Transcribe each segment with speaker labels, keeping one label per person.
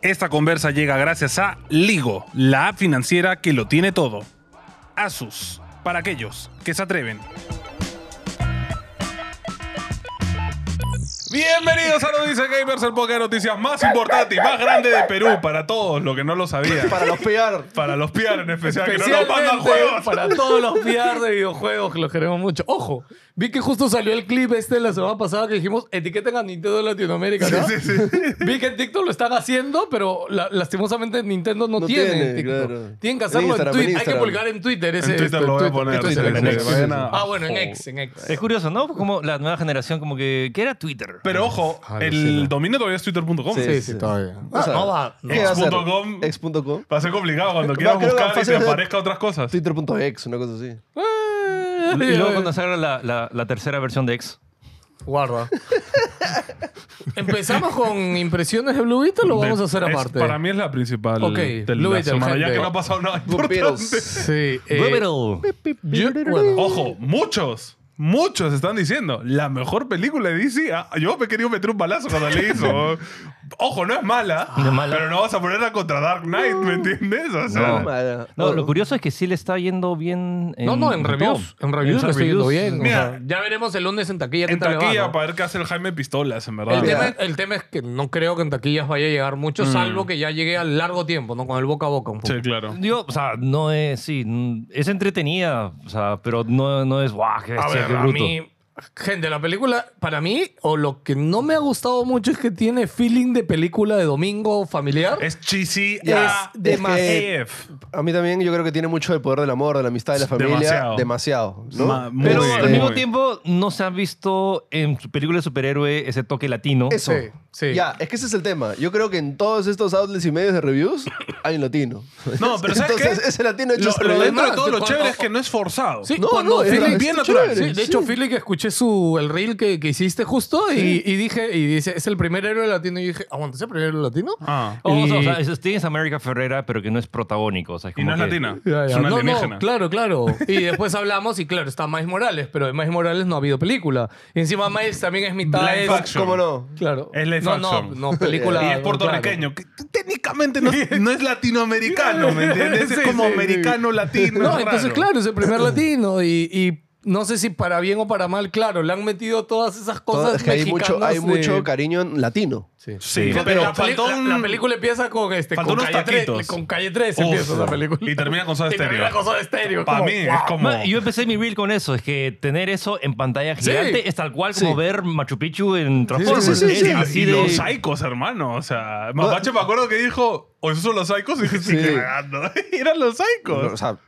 Speaker 1: Esta conversa llega gracias a Ligo, la app financiera que lo tiene todo. Asus, para aquellos que se atreven. Bienvenidos a Noticia Gamers, el podcast de noticias más importante y más grande de Perú para todos, lo que no lo sabía.
Speaker 2: Para los PR.
Speaker 1: Para los PR en especial, que no nos mandan juegos.
Speaker 3: para todos los PR de videojuegos que los queremos mucho. Ojo, vi que justo salió el clip este la semana pasada que dijimos etiqueten a Nintendo de Latinoamérica, ¿no?
Speaker 1: Sí, sí, sí.
Speaker 3: Vi que en TikTok lo están haciendo, pero la- lastimosamente Nintendo no,
Speaker 2: No
Speaker 3: tiene,
Speaker 2: tiene,
Speaker 3: TikTok.
Speaker 2: claro.
Speaker 3: Tienen que
Speaker 2: En
Speaker 3: hacerlo en
Speaker 2: Instagram, en
Speaker 3: Twitter. Hay que
Speaker 2: Instagram.
Speaker 3: publicar en Twitter ese.
Speaker 1: En Twitter
Speaker 3: esto,
Speaker 1: lo voy a
Speaker 3: en
Speaker 1: poner.
Speaker 3: Twitter,
Speaker 1: en
Speaker 3: en
Speaker 1: Twitter, Eh.
Speaker 3: Twitter.
Speaker 1: vayan a-
Speaker 3: Ah, bueno, en
Speaker 1: Ojo.
Speaker 3: X, en X.
Speaker 4: Es curioso, ¿no? Como la nueva generación, como que. ¿Qué era Twitter?
Speaker 1: Pero ojo, el
Speaker 3: Alucina.
Speaker 1: dominio todavía es twitter.com.
Speaker 2: Sí.
Speaker 3: Sí, sí, todavía.
Speaker 2: O sea,
Speaker 4: no va- no.
Speaker 2: ¿qué va a hacer?
Speaker 1: X.com.
Speaker 2: X.com.
Speaker 1: Va a ser complicado cuando
Speaker 2: Va,
Speaker 1: quieras
Speaker 2: creo que
Speaker 1: buscar y
Speaker 2: fácil
Speaker 1: te
Speaker 2: es-
Speaker 1: aparezca otras cosas.
Speaker 2: Twitter.ex, una cosa así.
Speaker 3: Ah, eh.
Speaker 4: Y luego cuando salga la, la, la tercera versión de X.
Speaker 3: Guarda. Empezamos con impresiones de Blue Beetle o lo vamos a hacer
Speaker 1: Es-
Speaker 3: aparte.
Speaker 1: Para mí es la principal
Speaker 3: Ok,
Speaker 1: de la
Speaker 3: Blue Beetle,
Speaker 1: semana, ya
Speaker 3: gente.
Speaker 1: que no ha pasado nada importante.
Speaker 2: Beatles.
Speaker 3: Sí. eh,
Speaker 4: Pero
Speaker 3: yo- bueno,
Speaker 1: Ojo, muchos, muchos están diciendo la mejor película de DC. Ah, yo me he querido meter un balazo cuando le hizo. Ojo, no es mala,
Speaker 4: No es mala.
Speaker 1: pero no vas a ponerla contra Dark Knight, ¿me entiendes? O sea,
Speaker 4: No.
Speaker 2: Mala.
Speaker 4: No, lo curioso es que sí le está yendo bien.
Speaker 3: No, no, en
Speaker 4: todo.
Speaker 3: reviews. En reviews
Speaker 4: En
Speaker 3: lo estoy viendo
Speaker 4: reviews.
Speaker 3: bien. o
Speaker 1: Mira.
Speaker 3: sea, ya veremos el lunes en taquilla qué
Speaker 1: en
Speaker 3: tal le va,
Speaker 1: taquilla
Speaker 3: ¿no?
Speaker 1: para ver qué hace el Jaime Pistolas, en verdad.
Speaker 3: El tema,
Speaker 2: Mira.
Speaker 3: el tema es que no creo que en taquillas vaya a llegar mucho, salvo que ya llegue al largo tiempo, ¿no? Con el boca a boca un poco.
Speaker 1: Sí, claro.
Speaker 4: Yo, o sea, no es. Sí, mm, es entretenida, o sea, pero no, no es. ¡Guau! ¡Qué
Speaker 3: A
Speaker 4: bestia,
Speaker 3: ver,
Speaker 4: qué
Speaker 3: a
Speaker 4: bruto!
Speaker 3: mí, gente, la película, para mí, o lo que no me ha gustado mucho es que tiene feeling de película de domingo familiar.
Speaker 1: Es cheesy.
Speaker 2: Ya,
Speaker 1: a
Speaker 2: es que-
Speaker 1: AF.
Speaker 2: A mí también yo creo que tiene mucho del poder del amor, de la amistad, de la familia.
Speaker 1: Demasiado.
Speaker 2: Demasiado. ¿no?
Speaker 1: Ma- muy
Speaker 4: Pero
Speaker 1: bien.
Speaker 4: al mismo
Speaker 1: Muy bien.
Speaker 4: tiempo no se han visto en su película de superhéroe ese toque latino.
Speaker 2: Eso.
Speaker 3: Sí, sí.
Speaker 2: Ya, es que ese es el tema. Yo creo que en todos estos outlets y medios de reviews hay un latino.
Speaker 1: No, pero ¿sabes
Speaker 2: Entonces,
Speaker 1: qué?
Speaker 2: ese latino hecho
Speaker 1: Lo-
Speaker 2: su
Speaker 1: lo,
Speaker 2: realidad.
Speaker 1: dentro de
Speaker 3: demás,
Speaker 1: todo, lo
Speaker 3: cuando-
Speaker 1: chévere es que no es forzado.
Speaker 3: Sí,
Speaker 2: No,
Speaker 3: cuando
Speaker 2: no,
Speaker 3: Philip-
Speaker 2: era-
Speaker 3: bien
Speaker 2: está
Speaker 3: natural.
Speaker 2: chévere,
Speaker 3: Sí, de hecho,
Speaker 2: sí.
Speaker 3: Philip que escuché su, el reel que, que hiciste justo y, y dije, y dice, es el primer héroe latino. Y dije, aguanta, ¿es el primer héroe latino?
Speaker 1: Ah.
Speaker 4: O, sea, o sea,
Speaker 3: Y-
Speaker 4: es- tienes a América Ferrera, pero que no es protagónico. O sea,
Speaker 1: Y
Speaker 4: es como
Speaker 1: no es
Speaker 4: que-
Speaker 1: latina.
Speaker 3: Ya,
Speaker 1: Es
Speaker 3: ya.
Speaker 1: una
Speaker 3: No,
Speaker 1: alienígena.
Speaker 3: no, claro, claro. Y después hablamos y claro, está Miles Morales, pero de Miles Morales no ha habido película. Y encima Miles también es mitad...
Speaker 1: Live
Speaker 3: es-
Speaker 1: action.
Speaker 2: ¿Cómo no?
Speaker 3: Claro.
Speaker 1: Es live
Speaker 3: no,
Speaker 1: action.
Speaker 3: No, no, película...
Speaker 1: Y es
Speaker 3: no,
Speaker 1: puertorriqueño, que t- técnicamente no, no es latinoamericano, ¿me entiendes? Es
Speaker 3: Sí,
Speaker 1: como
Speaker 3: sí, sí.
Speaker 1: americano latino.
Speaker 3: claro. No,
Speaker 1: es
Speaker 3: entonces
Speaker 1: raro.
Speaker 3: claro, es el primer latino y... y no sé si para bien o para mal, claro, le han metido todas esas cosas.
Speaker 2: Todo- es que hay mucho,
Speaker 3: mexicanas
Speaker 2: hay
Speaker 3: de-
Speaker 2: mucho cariño en latino.
Speaker 3: Sí.
Speaker 1: Sí,
Speaker 3: Fíjate,
Speaker 1: pero
Speaker 3: la, peli-
Speaker 1: faltó
Speaker 3: la-
Speaker 1: un-
Speaker 3: la película empieza con este
Speaker 1: faltó
Speaker 3: con
Speaker 1: unos
Speaker 3: calle, Tre-
Speaker 1: taquitos.
Speaker 3: con calle 3
Speaker 1: Uf.
Speaker 3: empieza la película.
Speaker 1: Y termina con Soda
Speaker 3: Y termina
Speaker 1: Stereo.
Speaker 3: con Soda Stereo.
Speaker 1: Para
Speaker 3: como,
Speaker 1: mí
Speaker 3: wow.
Speaker 1: es como...
Speaker 4: Ma, Yo empecé mi reel con eso, es que tener eso en pantalla
Speaker 3: Sí.
Speaker 4: gigante es tal cual como
Speaker 2: Sí.
Speaker 4: ver Machu Picchu en Transformers.
Speaker 2: sí, sí,
Speaker 4: Es
Speaker 2: sí.
Speaker 4: así
Speaker 1: y
Speaker 4: de-
Speaker 1: los psicos, hermano. O sea, Mapache me acuerdo que dijo, o esos son los psicos, y dije, sí,
Speaker 2: Sí.
Speaker 1: cagando. Eran los
Speaker 2: O
Speaker 1: psicos.
Speaker 2: sea,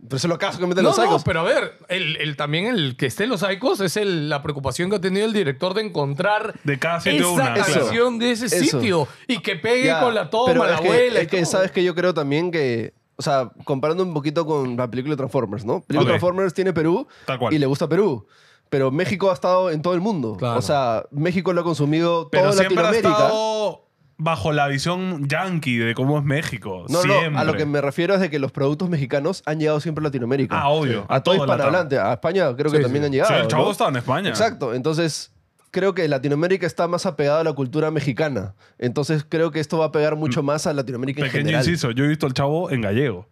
Speaker 2: pero eso es lo caso que meten
Speaker 3: No,
Speaker 2: los
Speaker 3: no,
Speaker 2: sacos.
Speaker 3: pero a ver, el, el- también el que esté en los Psychos es el- la preocupación que ha tenido el director de encontrar
Speaker 1: De cada sitio una,
Speaker 3: esa
Speaker 1: claro.
Speaker 3: canción de ese
Speaker 2: Eso.
Speaker 3: sitio y que pegue
Speaker 2: Ya,
Speaker 3: con la toma,
Speaker 2: pero
Speaker 3: la
Speaker 2: es que,
Speaker 3: abuela. y
Speaker 2: Es que
Speaker 3: todo.
Speaker 2: sabes que yo creo también que. O sea, comparando un poquito con la película Transformers, ¿no? Película
Speaker 1: Ok.
Speaker 2: Transformers tiene Perú
Speaker 1: Tal cual.
Speaker 2: y le gusta Perú. Pero México ha estado en todo el mundo.
Speaker 3: Claro.
Speaker 2: O sea, México lo ha consumido
Speaker 1: Pero
Speaker 2: todo
Speaker 1: siempre ha
Speaker 2: Latinoamérica.
Speaker 1: estado bajo la visión yankee de cómo es México.
Speaker 2: No,
Speaker 1: siempre.
Speaker 2: no, a lo que me refiero es de que los productos mexicanos han llegado siempre a Latinoamérica.
Speaker 1: Ah, obvio.
Speaker 2: A, todo
Speaker 1: toda la
Speaker 2: hispanohablante. A España creo que
Speaker 3: Sí,
Speaker 2: también
Speaker 3: sí.
Speaker 1: tabla.
Speaker 2: han llegado.
Speaker 1: Sí, el chavo
Speaker 2: ¿no?
Speaker 1: estaba en España.
Speaker 2: Exacto. Entonces, creo que Latinoamérica está más apegada a la cultura mexicana. Entonces, creo que esto va a pegar mucho más a Latinoamérica en
Speaker 1: Mm. Pequeño
Speaker 2: general.
Speaker 1: inciso, yo he visto al chavo en gallego.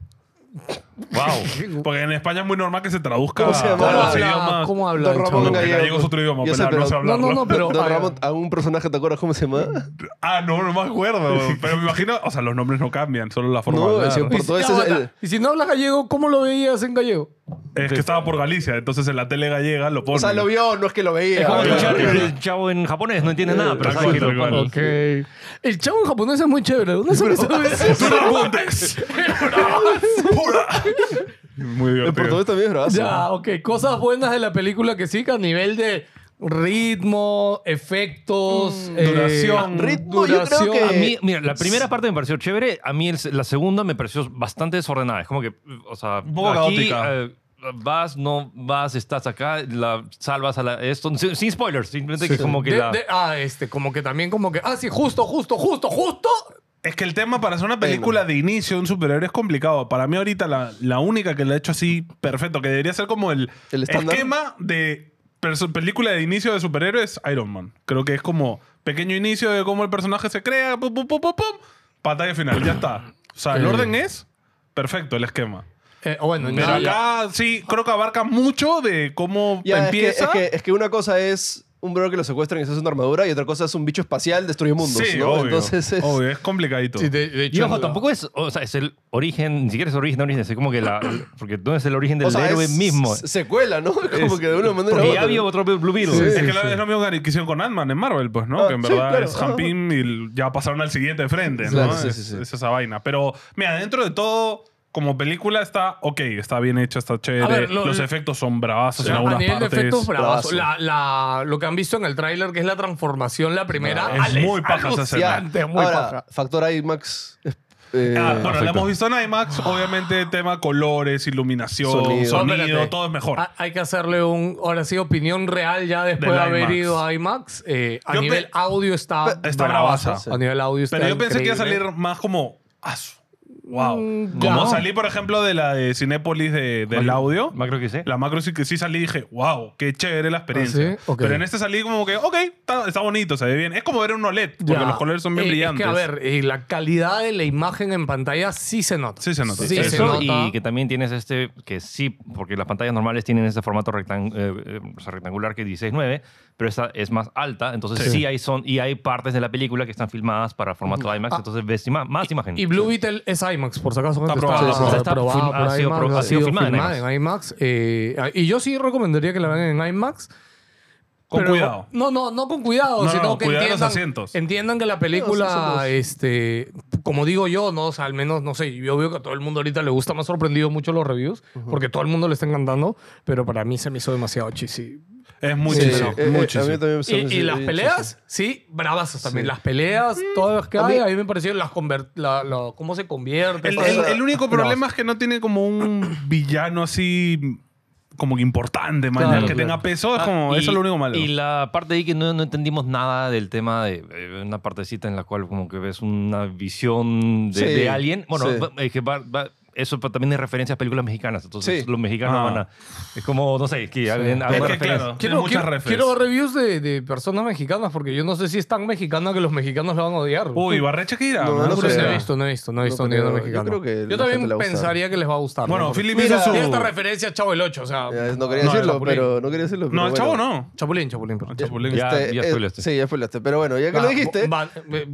Speaker 1: Wow. Porque en España es muy normal que se traduzca
Speaker 2: ¿Cómo
Speaker 1: a
Speaker 2: se llama?
Speaker 3: ¿Cómo
Speaker 1: todos los
Speaker 3: habla?
Speaker 1: idiomas.
Speaker 3: ¿Cómo habla?
Speaker 2: Don
Speaker 3: el
Speaker 2: Ramón
Speaker 3: chavo?
Speaker 1: No, porque
Speaker 2: Gallego.
Speaker 1: gallego es otro idioma,
Speaker 2: Ya sé,
Speaker 1: pelado, no
Speaker 2: pero-
Speaker 1: sé
Speaker 3: No,
Speaker 1: hablarlo.
Speaker 3: no, no, pero.
Speaker 2: Don
Speaker 3: a ver,
Speaker 2: Ramón, a un personaje, ¿te acuerdas cómo se llama?
Speaker 1: Ah, no, no me acuerdo. pero me imagino, o sea, los nombres no cambian, solo la forma
Speaker 2: No,
Speaker 1: de hablar.
Speaker 2: ese-
Speaker 3: y
Speaker 2: Por
Speaker 3: si-
Speaker 2: todo
Speaker 3: ya,
Speaker 2: ese es el-
Speaker 3: aguanta, Y si no hablas gallego, ¿cómo lo veías en gallego?
Speaker 1: Es que estaba por Galicia, entonces en la tele gallega lo ponen.
Speaker 2: O sea, lo vio, no es que lo veía.
Speaker 4: Es como
Speaker 2: Claro.
Speaker 4: el chavo, el chavo en japonés, no entiende nada, pero
Speaker 1: Tal
Speaker 4: sabe que
Speaker 1: cual,
Speaker 4: lo-
Speaker 1: tal cual.
Speaker 3: Ok. El chavo en japonés es muy chévere. ¿Dónde se
Speaker 1: ¡Tú no apuntes! ¡Pura! Muy
Speaker 2: El
Speaker 1: divertido.
Speaker 2: portugués también es bravazo.
Speaker 3: Ya, ok. Cosas buenas de la película que sí, que a nivel de ritmo, efectos,
Speaker 1: Mm.
Speaker 3: eh,
Speaker 1: duración.
Speaker 2: Ritmo, yo creo
Speaker 3: duración.
Speaker 2: que-
Speaker 4: A mí, mira, la primera parte me pareció chévere, a mí el- la segunda me pareció bastante desordenada. Es como que, o sea,
Speaker 1: Un poco
Speaker 4: aquí,
Speaker 1: caótica.
Speaker 4: eh, vas, no vas, estás acá, la salvas a la, esto, sin, sin spoilers, simplemente que como que
Speaker 3: De-
Speaker 4: la...
Speaker 3: de- ah, este, como que también, como que. Ah, sí, justo, justo, justo, justo.
Speaker 1: Es que el tema para hacer una película de inicio de un superhéroe es complicado. Para mí ahorita la, la única que la he hecho así perfecto, que debería ser como el,
Speaker 2: ¿El estándar?
Speaker 1: esquema de perso- película de inicio de superhéroes, Iron Man. Creo que es como pequeño inicio de cómo el personaje se crea, pum, pum, pum, pum, pum. Batalla final, ya está. O sea, el
Speaker 3: Eh.
Speaker 1: orden es perfecto el esquema.
Speaker 3: Eh, bueno,
Speaker 1: Pero
Speaker 3: ya- ya-
Speaker 1: acá sí creo que abarca mucho de cómo
Speaker 2: Ya, es, que,
Speaker 1: empieza.
Speaker 2: es, que, es que una cosa es un bro que lo secuestran y se hace una armadura y otra cosa es un bicho espacial destruye mundos.
Speaker 1: sí,
Speaker 2: ¿no?
Speaker 1: obvio,
Speaker 2: Entonces es...
Speaker 1: obvio, es complicadito.
Speaker 3: sí, de- de
Speaker 4: Y
Speaker 3: hecho,
Speaker 4: ojo, tampoco es, o sea, es el origen, ni siquiera es origen, origen, es como que la, el- porque no es el origen del
Speaker 2: o sea,
Speaker 4: héroe
Speaker 2: es
Speaker 4: mismo.
Speaker 2: se- Secuela, ¿no? Como que de una manera u
Speaker 4: Porque ya
Speaker 2: otra.
Speaker 4: había otro Blue Beetle.
Speaker 1: es
Speaker 4: Es
Speaker 1: que
Speaker 4: que
Speaker 1: la- es lo mismo que hicieron con Ant-Man en Marvel, pues, ¿no?
Speaker 2: Ah,
Speaker 1: que en
Speaker 2: sí,
Speaker 1: verdad
Speaker 2: claro,
Speaker 1: es
Speaker 2: ajá.
Speaker 1: Jampin y ya pasaron al siguiente de frente, ¿no?
Speaker 2: Claro, sí,
Speaker 1: es,
Speaker 2: sí, sí.
Speaker 1: es esa vaina. Pero, mira, dentro de todo, como película está ok, está bien hecha, está chévere.
Speaker 3: A ver, lo-
Speaker 1: Los
Speaker 3: lo-
Speaker 1: efectos son bravazos en
Speaker 3: a
Speaker 1: algunas
Speaker 3: nivel
Speaker 1: partes.
Speaker 3: de efectos, bravazo.
Speaker 2: Bravazo.
Speaker 3: La, la- lo que han visto en el tráiler, que es la transformación, la primera.
Speaker 1: Es muy paja esa escena.
Speaker 3: alucinante, muy
Speaker 2: Ahora,
Speaker 3: paja.
Speaker 2: factor IMAX. es- eh,
Speaker 1: Ah, bueno, la
Speaker 4: perfecto.
Speaker 1: hemos visto en IMAX, obviamente tema colores, iluminación, sonido,
Speaker 2: Sonido.
Speaker 3: Espérate.
Speaker 1: todo es mejor.
Speaker 3: Ah, hay que hacerle un, ahora sí, opinión real ya después
Speaker 1: Del
Speaker 3: de haber
Speaker 1: IMAX.
Speaker 3: ido a IMAX. Eh, a
Speaker 1: Yo
Speaker 3: nivel
Speaker 1: pe-
Speaker 3: audio está,
Speaker 1: Está
Speaker 3: bravazo.
Speaker 1: bravaza.
Speaker 3: A nivel audio está
Speaker 1: Pero yo pensé que iba a
Speaker 3: increíble.
Speaker 1: salir más como. ah, su- ¡Wow!
Speaker 3: Mm,
Speaker 1: como
Speaker 3: ya.
Speaker 1: salí, por ejemplo, de la de Cinépolis de- del
Speaker 4: Macro-
Speaker 1: audio.
Speaker 4: macro que sé.
Speaker 1: La macro sí que sí salí y dije, wow, qué chévere la experiencia.
Speaker 3: ¿Ah, sí? Ok.
Speaker 1: Pero en este salí como que, ok, está, está bonito, se ve bien. Es como ver un OLED, porque
Speaker 3: Ya.
Speaker 1: los colores son bien
Speaker 3: Eh,
Speaker 1: brillantes.
Speaker 3: Es que, a ver, eh, la calidad de la imagen en pantalla sí se nota.
Speaker 1: Sí se nota.
Speaker 3: Sí,
Speaker 1: Eso
Speaker 3: se
Speaker 4: Eso,
Speaker 3: nota.
Speaker 4: y que también tienes este, que sí, porque las pantallas normales tienen este formato rectan- eh, eh, o sea, rectangular que es 16.9, pero esta es más alta, entonces sí, hay son y hay partes de la película que están filmadas para formato IMAX,
Speaker 3: Ah.
Speaker 4: entonces ves ima- más imagen.
Speaker 3: Y Blue Beetle es IMAX, por si acaso. gente.
Speaker 1: aprobado,
Speaker 3: Está,
Speaker 1: aprobado.
Speaker 3: está aprobado
Speaker 4: Está
Speaker 3: por
Speaker 4: fil- ha sido
Speaker 3: IMAX,
Speaker 4: pro- ha sido filmada en
Speaker 3: en IMAX. eh, y yo sí recomendaría que la vean en IMAX.
Speaker 1: Con
Speaker 3: pero-
Speaker 1: cuidado.
Speaker 3: No, no, no con cuidado,
Speaker 1: No, no,
Speaker 3: sino
Speaker 1: no,
Speaker 3: que
Speaker 1: cuidado de los
Speaker 3: entiendan,
Speaker 1: asientos.
Speaker 3: entiendan que la
Speaker 2: No, sí, son
Speaker 3: película,
Speaker 2: dos.
Speaker 3: este, como digo yo, no, o sea, al menos, no sé, yo veo que a todo el mundo ahorita le gusta, me ha sorprendido mucho los reviews, porque todo el mundo le está encantando, pero para mí se me hizo demasiado chisi.
Speaker 1: Es
Speaker 2: sí,
Speaker 1: muchísimo.
Speaker 2: eh, eh, a mí
Speaker 1: muchísimo.
Speaker 2: también
Speaker 3: Y,
Speaker 2: se me
Speaker 3: y
Speaker 2: hizo
Speaker 3: las
Speaker 2: bien
Speaker 3: peleas, sí, bravazas también.
Speaker 2: Sí.
Speaker 3: Las peleas, todas las que
Speaker 2: A
Speaker 3: hay,
Speaker 2: mí-
Speaker 3: a mí me parecieron las conver- la- la- cómo se convierte.
Speaker 1: El,
Speaker 3: todo
Speaker 1: el-
Speaker 3: eso.
Speaker 1: el único
Speaker 3: Bravas.
Speaker 1: problema es que no tiene como un villano así como que importante, man,
Speaker 3: Claro,
Speaker 1: que
Speaker 3: claro.
Speaker 1: tenga peso, es
Speaker 4: Ah,
Speaker 1: como,
Speaker 4: y-
Speaker 1: eso es lo único malo.
Speaker 4: Y la parte ahí que no, no entendimos nada del tema de eh, una partecita en la cual como que ves una visión de,
Speaker 2: Sí,
Speaker 4: de alguien. Bueno,
Speaker 2: sí.
Speaker 4: va- es que va- va- eso pa- también es referencia a películas mexicanas. Entonces
Speaker 2: Sí.
Speaker 4: los mexicanos
Speaker 1: Ah.
Speaker 4: van a... Es como, no sé, que alguien...
Speaker 1: Es
Speaker 4: alguna
Speaker 1: que,
Speaker 4: referencia.
Speaker 1: claro, tiene
Speaker 3: Quiero,
Speaker 1: muchas
Speaker 3: quiero,
Speaker 1: refes.
Speaker 3: quiero reviews de, de personas mexicanas, porque yo no sé si es tan mexicana que los mexicanos la van a odiar.
Speaker 1: Uy, Barrecha que irá.
Speaker 2: No,
Speaker 1: man.
Speaker 2: no
Speaker 3: no, sé,
Speaker 2: creo.
Speaker 3: no he visto, no he visto, no he visto
Speaker 2: No
Speaker 3: ni una
Speaker 2: creo. Yo
Speaker 3: mexicana.
Speaker 2: creo que la gente le
Speaker 3: también
Speaker 2: va a gustar.
Speaker 3: pensaría que les va a gustar.
Speaker 1: Bueno,
Speaker 3: ¿no?
Speaker 1: Philip
Speaker 2: Mira,
Speaker 1: hizo su...
Speaker 3: Tiene esta referencia a Chavo el 8, o
Speaker 2: Ya, No
Speaker 3: sea.
Speaker 2: quería
Speaker 1: No, era
Speaker 2: decirlo,
Speaker 1: Chapulín.
Speaker 2: pero no quería decirlo.
Speaker 1: No,
Speaker 2: pero
Speaker 1: el chavo
Speaker 2: bueno.
Speaker 1: no.
Speaker 3: Chapulín, Chapulín, perdón.
Speaker 1: El Chapulín.
Speaker 4: Ya.
Speaker 2: Este, eh,
Speaker 4: spoileaste.
Speaker 2: sí, ya spoileaste. Pero bueno, ya que
Speaker 3: Ah,
Speaker 2: lo dijiste,
Speaker 3: va- eh,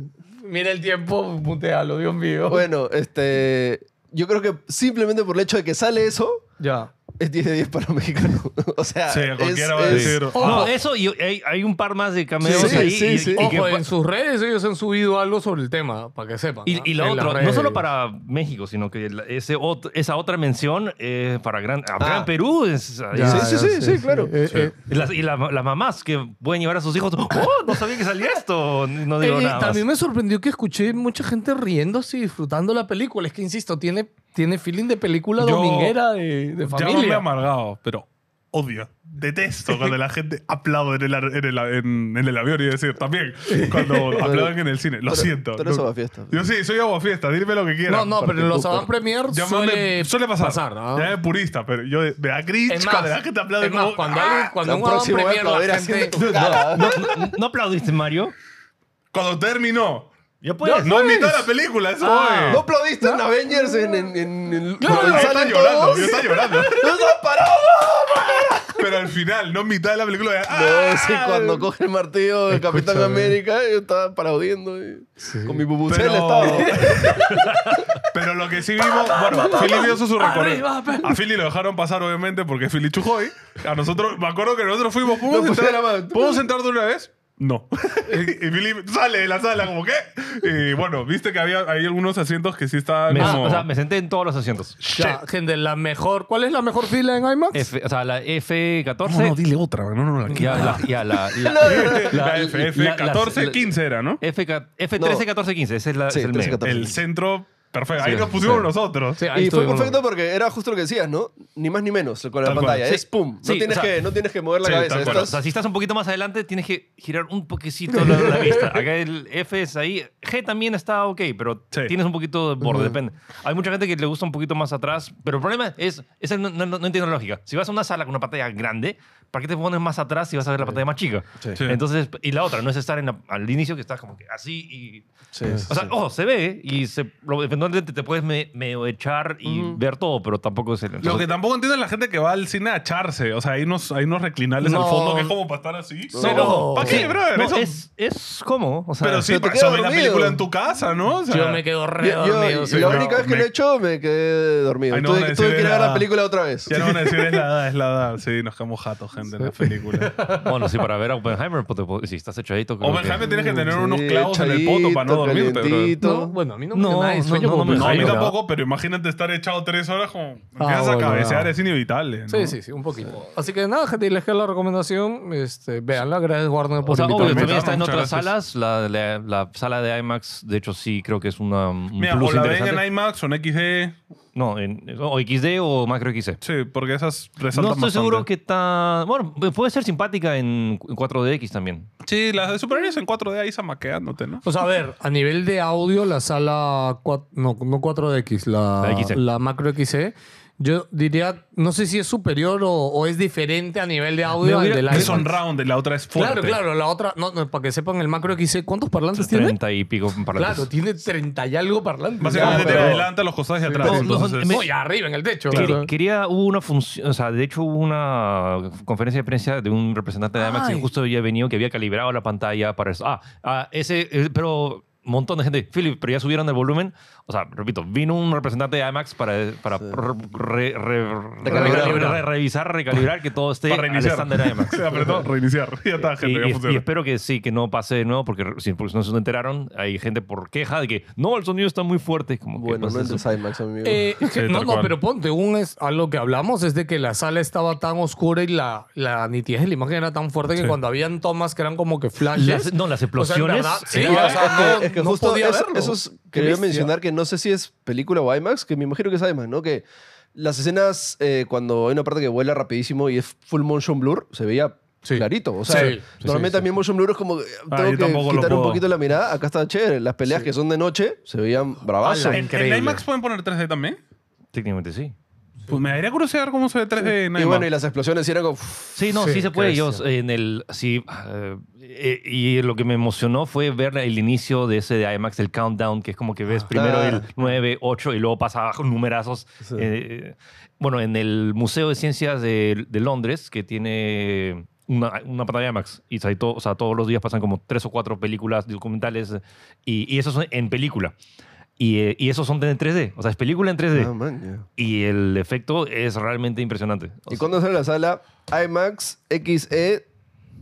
Speaker 3: Mira el tiempo, mutealo, Dios mío.
Speaker 2: bueno, este, yo creo que simplemente por el hecho de que sale eso,
Speaker 3: Ya.
Speaker 2: es 10 de 10 para un mexicano. o sea,
Speaker 1: Sí,
Speaker 2: es-
Speaker 1: cualquiera va a
Speaker 2: es-
Speaker 1: decir... "Ah,
Speaker 3: Ojo.
Speaker 4: No, eso y hay, hay un par más de cameos
Speaker 2: Sí,
Speaker 4: ahí.
Speaker 2: sí,
Speaker 4: y,
Speaker 2: sí.
Speaker 4: y que-
Speaker 3: Ojo, en sus redes ellos han subido algo sobre el tema, para que sepan. ¿ah?
Speaker 4: y- y lo
Speaker 3: En las
Speaker 4: otro, no
Speaker 3: redes.
Speaker 4: solo para México, sino que la- ese ot- esa otra mención eh, para Gran, a Gran Perú. es-
Speaker 3: Ya,
Speaker 2: Sí,
Speaker 4: es-
Speaker 2: sí,
Speaker 3: ya,
Speaker 2: sí, sí, claro.
Speaker 3: Eh, eh,
Speaker 4: Y las, y la- las mamás que pueden llevar a sus hijos. ¡Oh! No sabía que salía esto. No digo
Speaker 3: Eh,
Speaker 4: nada. más.
Speaker 3: también me sorprendió que escuché mucha gente riéndose y disfrutando la película. Es que, insisto, tiene, tiene feeling de película
Speaker 1: Yo-
Speaker 3: dominguera de, de
Speaker 1: Ya me he
Speaker 3: familia.
Speaker 1: amargado, pero odio, detesto cuando la gente aplaude en el, ar- en el a- en- en el avión y decir también cuando aplaudan en el cine. Lo
Speaker 2: pero-
Speaker 1: siento.
Speaker 2: pero eso
Speaker 1: No.
Speaker 2: va a fiesta.
Speaker 1: Yo sí, soy agua fiesta, dime lo que
Speaker 3: no,
Speaker 1: quieras.
Speaker 3: no, pero en los avant premier
Speaker 1: Ya me-
Speaker 3: suele,
Speaker 1: me- suele pasar.
Speaker 3: ¿no?
Speaker 1: Ya es purista, pero yo me da cringe
Speaker 3: Es
Speaker 1: cuando
Speaker 3: más,
Speaker 1: la gente aplaude
Speaker 3: es más,
Speaker 1: como,
Speaker 3: cuando,
Speaker 1: ¡ah!
Speaker 3: alguien- cuando
Speaker 2: La
Speaker 3: un avant
Speaker 2: próxima voy a
Speaker 3: premier
Speaker 2: aplaudir
Speaker 3: la
Speaker 2: haciendo
Speaker 3: gente...
Speaker 2: tu cara.
Speaker 4: ¿No, no aplaudiste, Mario?
Speaker 1: Cuando terminó.
Speaker 4: Ya puedes.
Speaker 1: no invitó a la película, eso
Speaker 4: Ah.
Speaker 2: ¿No
Speaker 1: voy.
Speaker 2: aplaudiste en Avengers en, en, en, en-
Speaker 1: No,
Speaker 2: cuando
Speaker 1: yo estaba
Speaker 2: salen
Speaker 1: llorando,
Speaker 2: todos?
Speaker 1: yo estaba llorando.
Speaker 2: ¡No se han parado!
Speaker 1: Pero al final, no en mitad de la película. ¡ah!
Speaker 2: No, sí, cuando coge el martillo de Capitán
Speaker 3: Escúchame.
Speaker 2: América, yo estaba paraudiendo. y- Con mi bubucela
Speaker 1: Pero-
Speaker 2: estaba.
Speaker 1: Pero lo que sí vimos, bueno, Philly hizo su recorrido.
Speaker 3: Arriba, pe-
Speaker 1: A Philly lo dejaron pasar, obviamente, porque es Philly Chujoy. A nosotros, me acuerdo que nosotros fuimos, ¿podemos,
Speaker 2: No, pues, era
Speaker 1: entrar,
Speaker 2: más.
Speaker 1: ¿podemos entrar de una vez? No. y Philly sale de la sala, como, ¿qué? Y bueno, viste que había hay algunos asientos que sí estaban
Speaker 4: Me,
Speaker 1: como...
Speaker 4: o sea, me senté en todos los asientos.
Speaker 3: Ya, gente, la mejor... ¿Cuál es la mejor fila en IMAX?
Speaker 4: F- o sea, la F14.
Speaker 1: dile otra, no, no, la
Speaker 4: ya, la, ya, la, la-
Speaker 1: La F,
Speaker 4: la- la-
Speaker 1: 14, 15 era, ¿no?
Speaker 4: F, 13, 14, 15. Ese es, la,
Speaker 2: Sí,
Speaker 4: es el
Speaker 2: 13,
Speaker 4: medio.
Speaker 2: 14.
Speaker 1: El centro Perfecto. Ahí nos pusimos nosotros.
Speaker 3: Sí, ahí
Speaker 2: Y fue
Speaker 3: estuvimos.
Speaker 2: perfecto porque era justo lo que decías, ¿no? Ni más ni menos con la
Speaker 1: Tal cual.
Speaker 2: pantalla.
Speaker 1: Sí.
Speaker 2: Es pum. No,
Speaker 4: Sí,
Speaker 2: tienes
Speaker 4: o sea,
Speaker 2: que, no tienes que mover la
Speaker 1: sí,
Speaker 2: cabeza.
Speaker 1: tal cual.
Speaker 4: Bueno, o
Speaker 2: Estás,
Speaker 4: sea, si estás un poquito más adelante, tienes que girar un poquitito la, la vista. Acá el F es ahí. G también está ok, pero
Speaker 1: Sí.
Speaker 4: tienes un poquito de borde, depende. Hay mucha gente que le gusta un poquito más atrás, pero el problema es, es el- no, no- no entiendo la lógica. Si vas a una sala con una pantalla grande, ¿para qué te pones más atrás si vas a ver la pantalla más chica?
Speaker 1: Sí.
Speaker 4: Entonces, y la otra, no es estar en la- al inicio que estás como que así y... O sea, ojo, se ve y se, lo- eventualmente te puedes me- medio echar y ver todo, pero tampoco es el...
Speaker 1: Lo que tampoco entiendo es la gente que va al cine a echarse. O sea, hay unos, hay unos reclinales al
Speaker 3: No.
Speaker 1: fondo que es como para estar así.
Speaker 3: No.
Speaker 1: Pero, ¿para qué,
Speaker 3: Sí.
Speaker 1: brother?
Speaker 4: No,
Speaker 1: Eso-
Speaker 4: es, es cómodo. O sea,
Speaker 1: pero sí,
Speaker 2: pero te
Speaker 1: para
Speaker 2: queda
Speaker 1: eso ve la
Speaker 2: dormido.
Speaker 1: película en tu casa, ¿no? O sea,
Speaker 3: Yo me quedo re
Speaker 2: Yo- yo-
Speaker 3: dormido. sí.
Speaker 2: la
Speaker 1: no,
Speaker 2: única vez que
Speaker 1: me-
Speaker 2: lo he hecho me quedé dormido.
Speaker 1: Ay, no,
Speaker 2: tuve
Speaker 1: no,
Speaker 2: tuve
Speaker 1: sí,
Speaker 2: que ir a ver
Speaker 1: nada.
Speaker 2: la película otra vez.
Speaker 1: Ya no van a decir es la edad, es la edad. Sí, nos quedamos jatos, gente, en la película.
Speaker 4: Bueno, sí, para ver a Oppenheimer, pues, te po- si estás echadito. creo
Speaker 1: O Benjamin
Speaker 4: que-
Speaker 1: tienes que tener
Speaker 2: Sí,
Speaker 1: unos clavos en el poto para no
Speaker 2: echadito,
Speaker 1: dormirte, brother.
Speaker 2: calientito.
Speaker 3: No, bueno, a mí no me
Speaker 4: No,
Speaker 3: nadie
Speaker 4: no,
Speaker 3: sueño
Speaker 4: no,
Speaker 3: como
Speaker 4: no me-
Speaker 1: No, a mí
Speaker 4: Benjamin,
Speaker 1: tampoco, pero imagínate estar echado tres horas como...
Speaker 3: Ah,
Speaker 1: Empiezas a
Speaker 3: bueno,
Speaker 1: cabecear,
Speaker 3: no.
Speaker 1: es inevitable. ¿no?
Speaker 3: Sí, sí, sí, un poquito. Así que nada, gente, les queda la recomendación. Este, veanla, gracias Warner por
Speaker 4: O sea, obvio,
Speaker 3: invitarme.
Speaker 4: también está en
Speaker 1: Muchas
Speaker 4: otras
Speaker 1: gracias.
Speaker 4: salas. La, la- la sala de IMAX, de hecho, sí creo que es una, un
Speaker 1: Mira,
Speaker 4: plus
Speaker 1: o la ven
Speaker 4: interesante.
Speaker 1: en IMAX o en XD.
Speaker 4: No, en- o XD o Macro XD.
Speaker 1: Sí, porque esas
Speaker 4: No
Speaker 1: resaltan
Speaker 4: estoy
Speaker 1: bastante.
Speaker 4: seguro que está... Bueno, puede ser simpática en 4DX también.
Speaker 1: Sí, las de superhéroes en 4D ahí zamaqueándote, ¿no?
Speaker 3: O sea, Pues, a ver, a nivel de audio, la sala 4, no, no 4DX, la,
Speaker 4: La XC.
Speaker 3: la macro XC, yo diría, no sé si es superior o, o es diferente a nivel de audio
Speaker 4: Me
Speaker 3: al
Speaker 4: hubiera-
Speaker 3: del
Speaker 1: Que
Speaker 3: iPhone.
Speaker 1: son round, la otra es fuerte.
Speaker 3: Claro, claro, la otra, no, no, para que sepan, el macro XC, ¿cuántos parlantes tiene?
Speaker 4: 30 y pico para
Speaker 3: Claro, tiene 30 y algo parlantes.
Speaker 1: Básicamente
Speaker 2: No,
Speaker 1: te
Speaker 2: pero-
Speaker 1: adelanta los costados y atrás.
Speaker 4: No,
Speaker 1: entonces
Speaker 4: no,
Speaker 1: es-
Speaker 4: me-
Speaker 3: No, y arriba en el techo.
Speaker 4: Quer-
Speaker 3: o sea.
Speaker 4: Quería, hubo una función, o sea, de hecho hubo una conferencia de prensa de un representante de IMAX
Speaker 3: Ay.
Speaker 4: que justo había venido, que había calibrado la pantalla para eso. Ah, ah, ese, eh, pero un montón de gente, Philip, pero ya subieron el volumen. O sea, repito, vino un representante de IMAX para, para re- re- re-
Speaker 2: Recalibrar.
Speaker 4: re- re- revisar, recalibrar que todo esté
Speaker 1: Para
Speaker 4: al
Speaker 1: reiniciar.
Speaker 4: estándar de IMAX.
Speaker 1: Apretó, reiniciar. Ya está,
Speaker 4: Y,
Speaker 1: gente,
Speaker 4: y-
Speaker 1: ya
Speaker 4: y
Speaker 1: funciona.
Speaker 4: espero que sí, que no pase de nuevo, porque si porque no se enteraron, hay gente por queja de que no, el sonido está muy fuerte. Como que
Speaker 2: Bueno,
Speaker 4: pasa
Speaker 2: no
Speaker 4: eso.
Speaker 2: entres a IMAX, amigo.
Speaker 3: Eh,
Speaker 1: Sí,
Speaker 3: no,
Speaker 1: tal
Speaker 3: no,
Speaker 1: cual.
Speaker 3: pero ponte, un es, a lo que hablamos es de que la sala estaba tan oscura y la, la nitidez de la imagen era tan fuerte que
Speaker 1: Sí.
Speaker 3: cuando habían tomas que eran como que flashes.
Speaker 4: Las- no, las explosiones.
Speaker 3: O sea, en
Speaker 4: eh,
Speaker 3: verdad, sí, o sea, no,
Speaker 2: es que
Speaker 3: no
Speaker 2: justo
Speaker 3: podía
Speaker 2: eso,
Speaker 3: verlo.
Speaker 2: eso es-
Speaker 3: Qué
Speaker 2: quería
Speaker 3: bestia.
Speaker 2: mencionar que no sé si es película o IMAX, que me imagino que es IMAX, ¿no? Que las escenas, eh, cuando hay una parte que vuela rapidísimo y es full motion blur, se veía
Speaker 3: Sí.
Speaker 2: clarito. O sea,
Speaker 3: Sí, sí,
Speaker 2: normalmente
Speaker 3: sí, sí.
Speaker 2: también motion blur es como que
Speaker 1: Ah, yo
Speaker 2: tengo
Speaker 1: tampoco
Speaker 2: que
Speaker 1: lo
Speaker 2: quitar un
Speaker 1: puedo.
Speaker 2: poquito la mirada. Acá está chévere. Las peleas que son de noche se veían bravazos.
Speaker 3: Ala,
Speaker 1: ¿En- ¿En,
Speaker 3: Increíble.
Speaker 1: IMAX pueden poner 3D también?
Speaker 4: Técnicamente sí.
Speaker 1: Pues me daría curiosidad cómo se ve 3D en IMAX.
Speaker 2: Y bueno, y las explosiones sí eran como... uff,
Speaker 4: Sí, no, sí,
Speaker 3: Sí,
Speaker 4: se puede.
Speaker 3: qué
Speaker 4: Yo,
Speaker 3: bestia.
Speaker 4: en el, sí, ah, eh, y lo que me emocionó fue ver el inicio de ese de IMAX, el countdown, que es como que ves primero
Speaker 2: Ah.
Speaker 4: el 9, 8 y luego pasa abajo numerazos. Eh, bueno, en el Museo de Ciencias de, de Londres, que tiene una, una pantalla IMAX, y hay to- o sea, todos los días pasan como tres o cuatro películas documentales, y, y eso son en película. Y, eh, y esos son en 3D, o sea, es película en 3D.
Speaker 2: ah, man, ya.
Speaker 4: Y el efecto es realmente impresionante.
Speaker 2: Y
Speaker 4: O sea,
Speaker 2: cuando sale la sala, IMAX, E XE,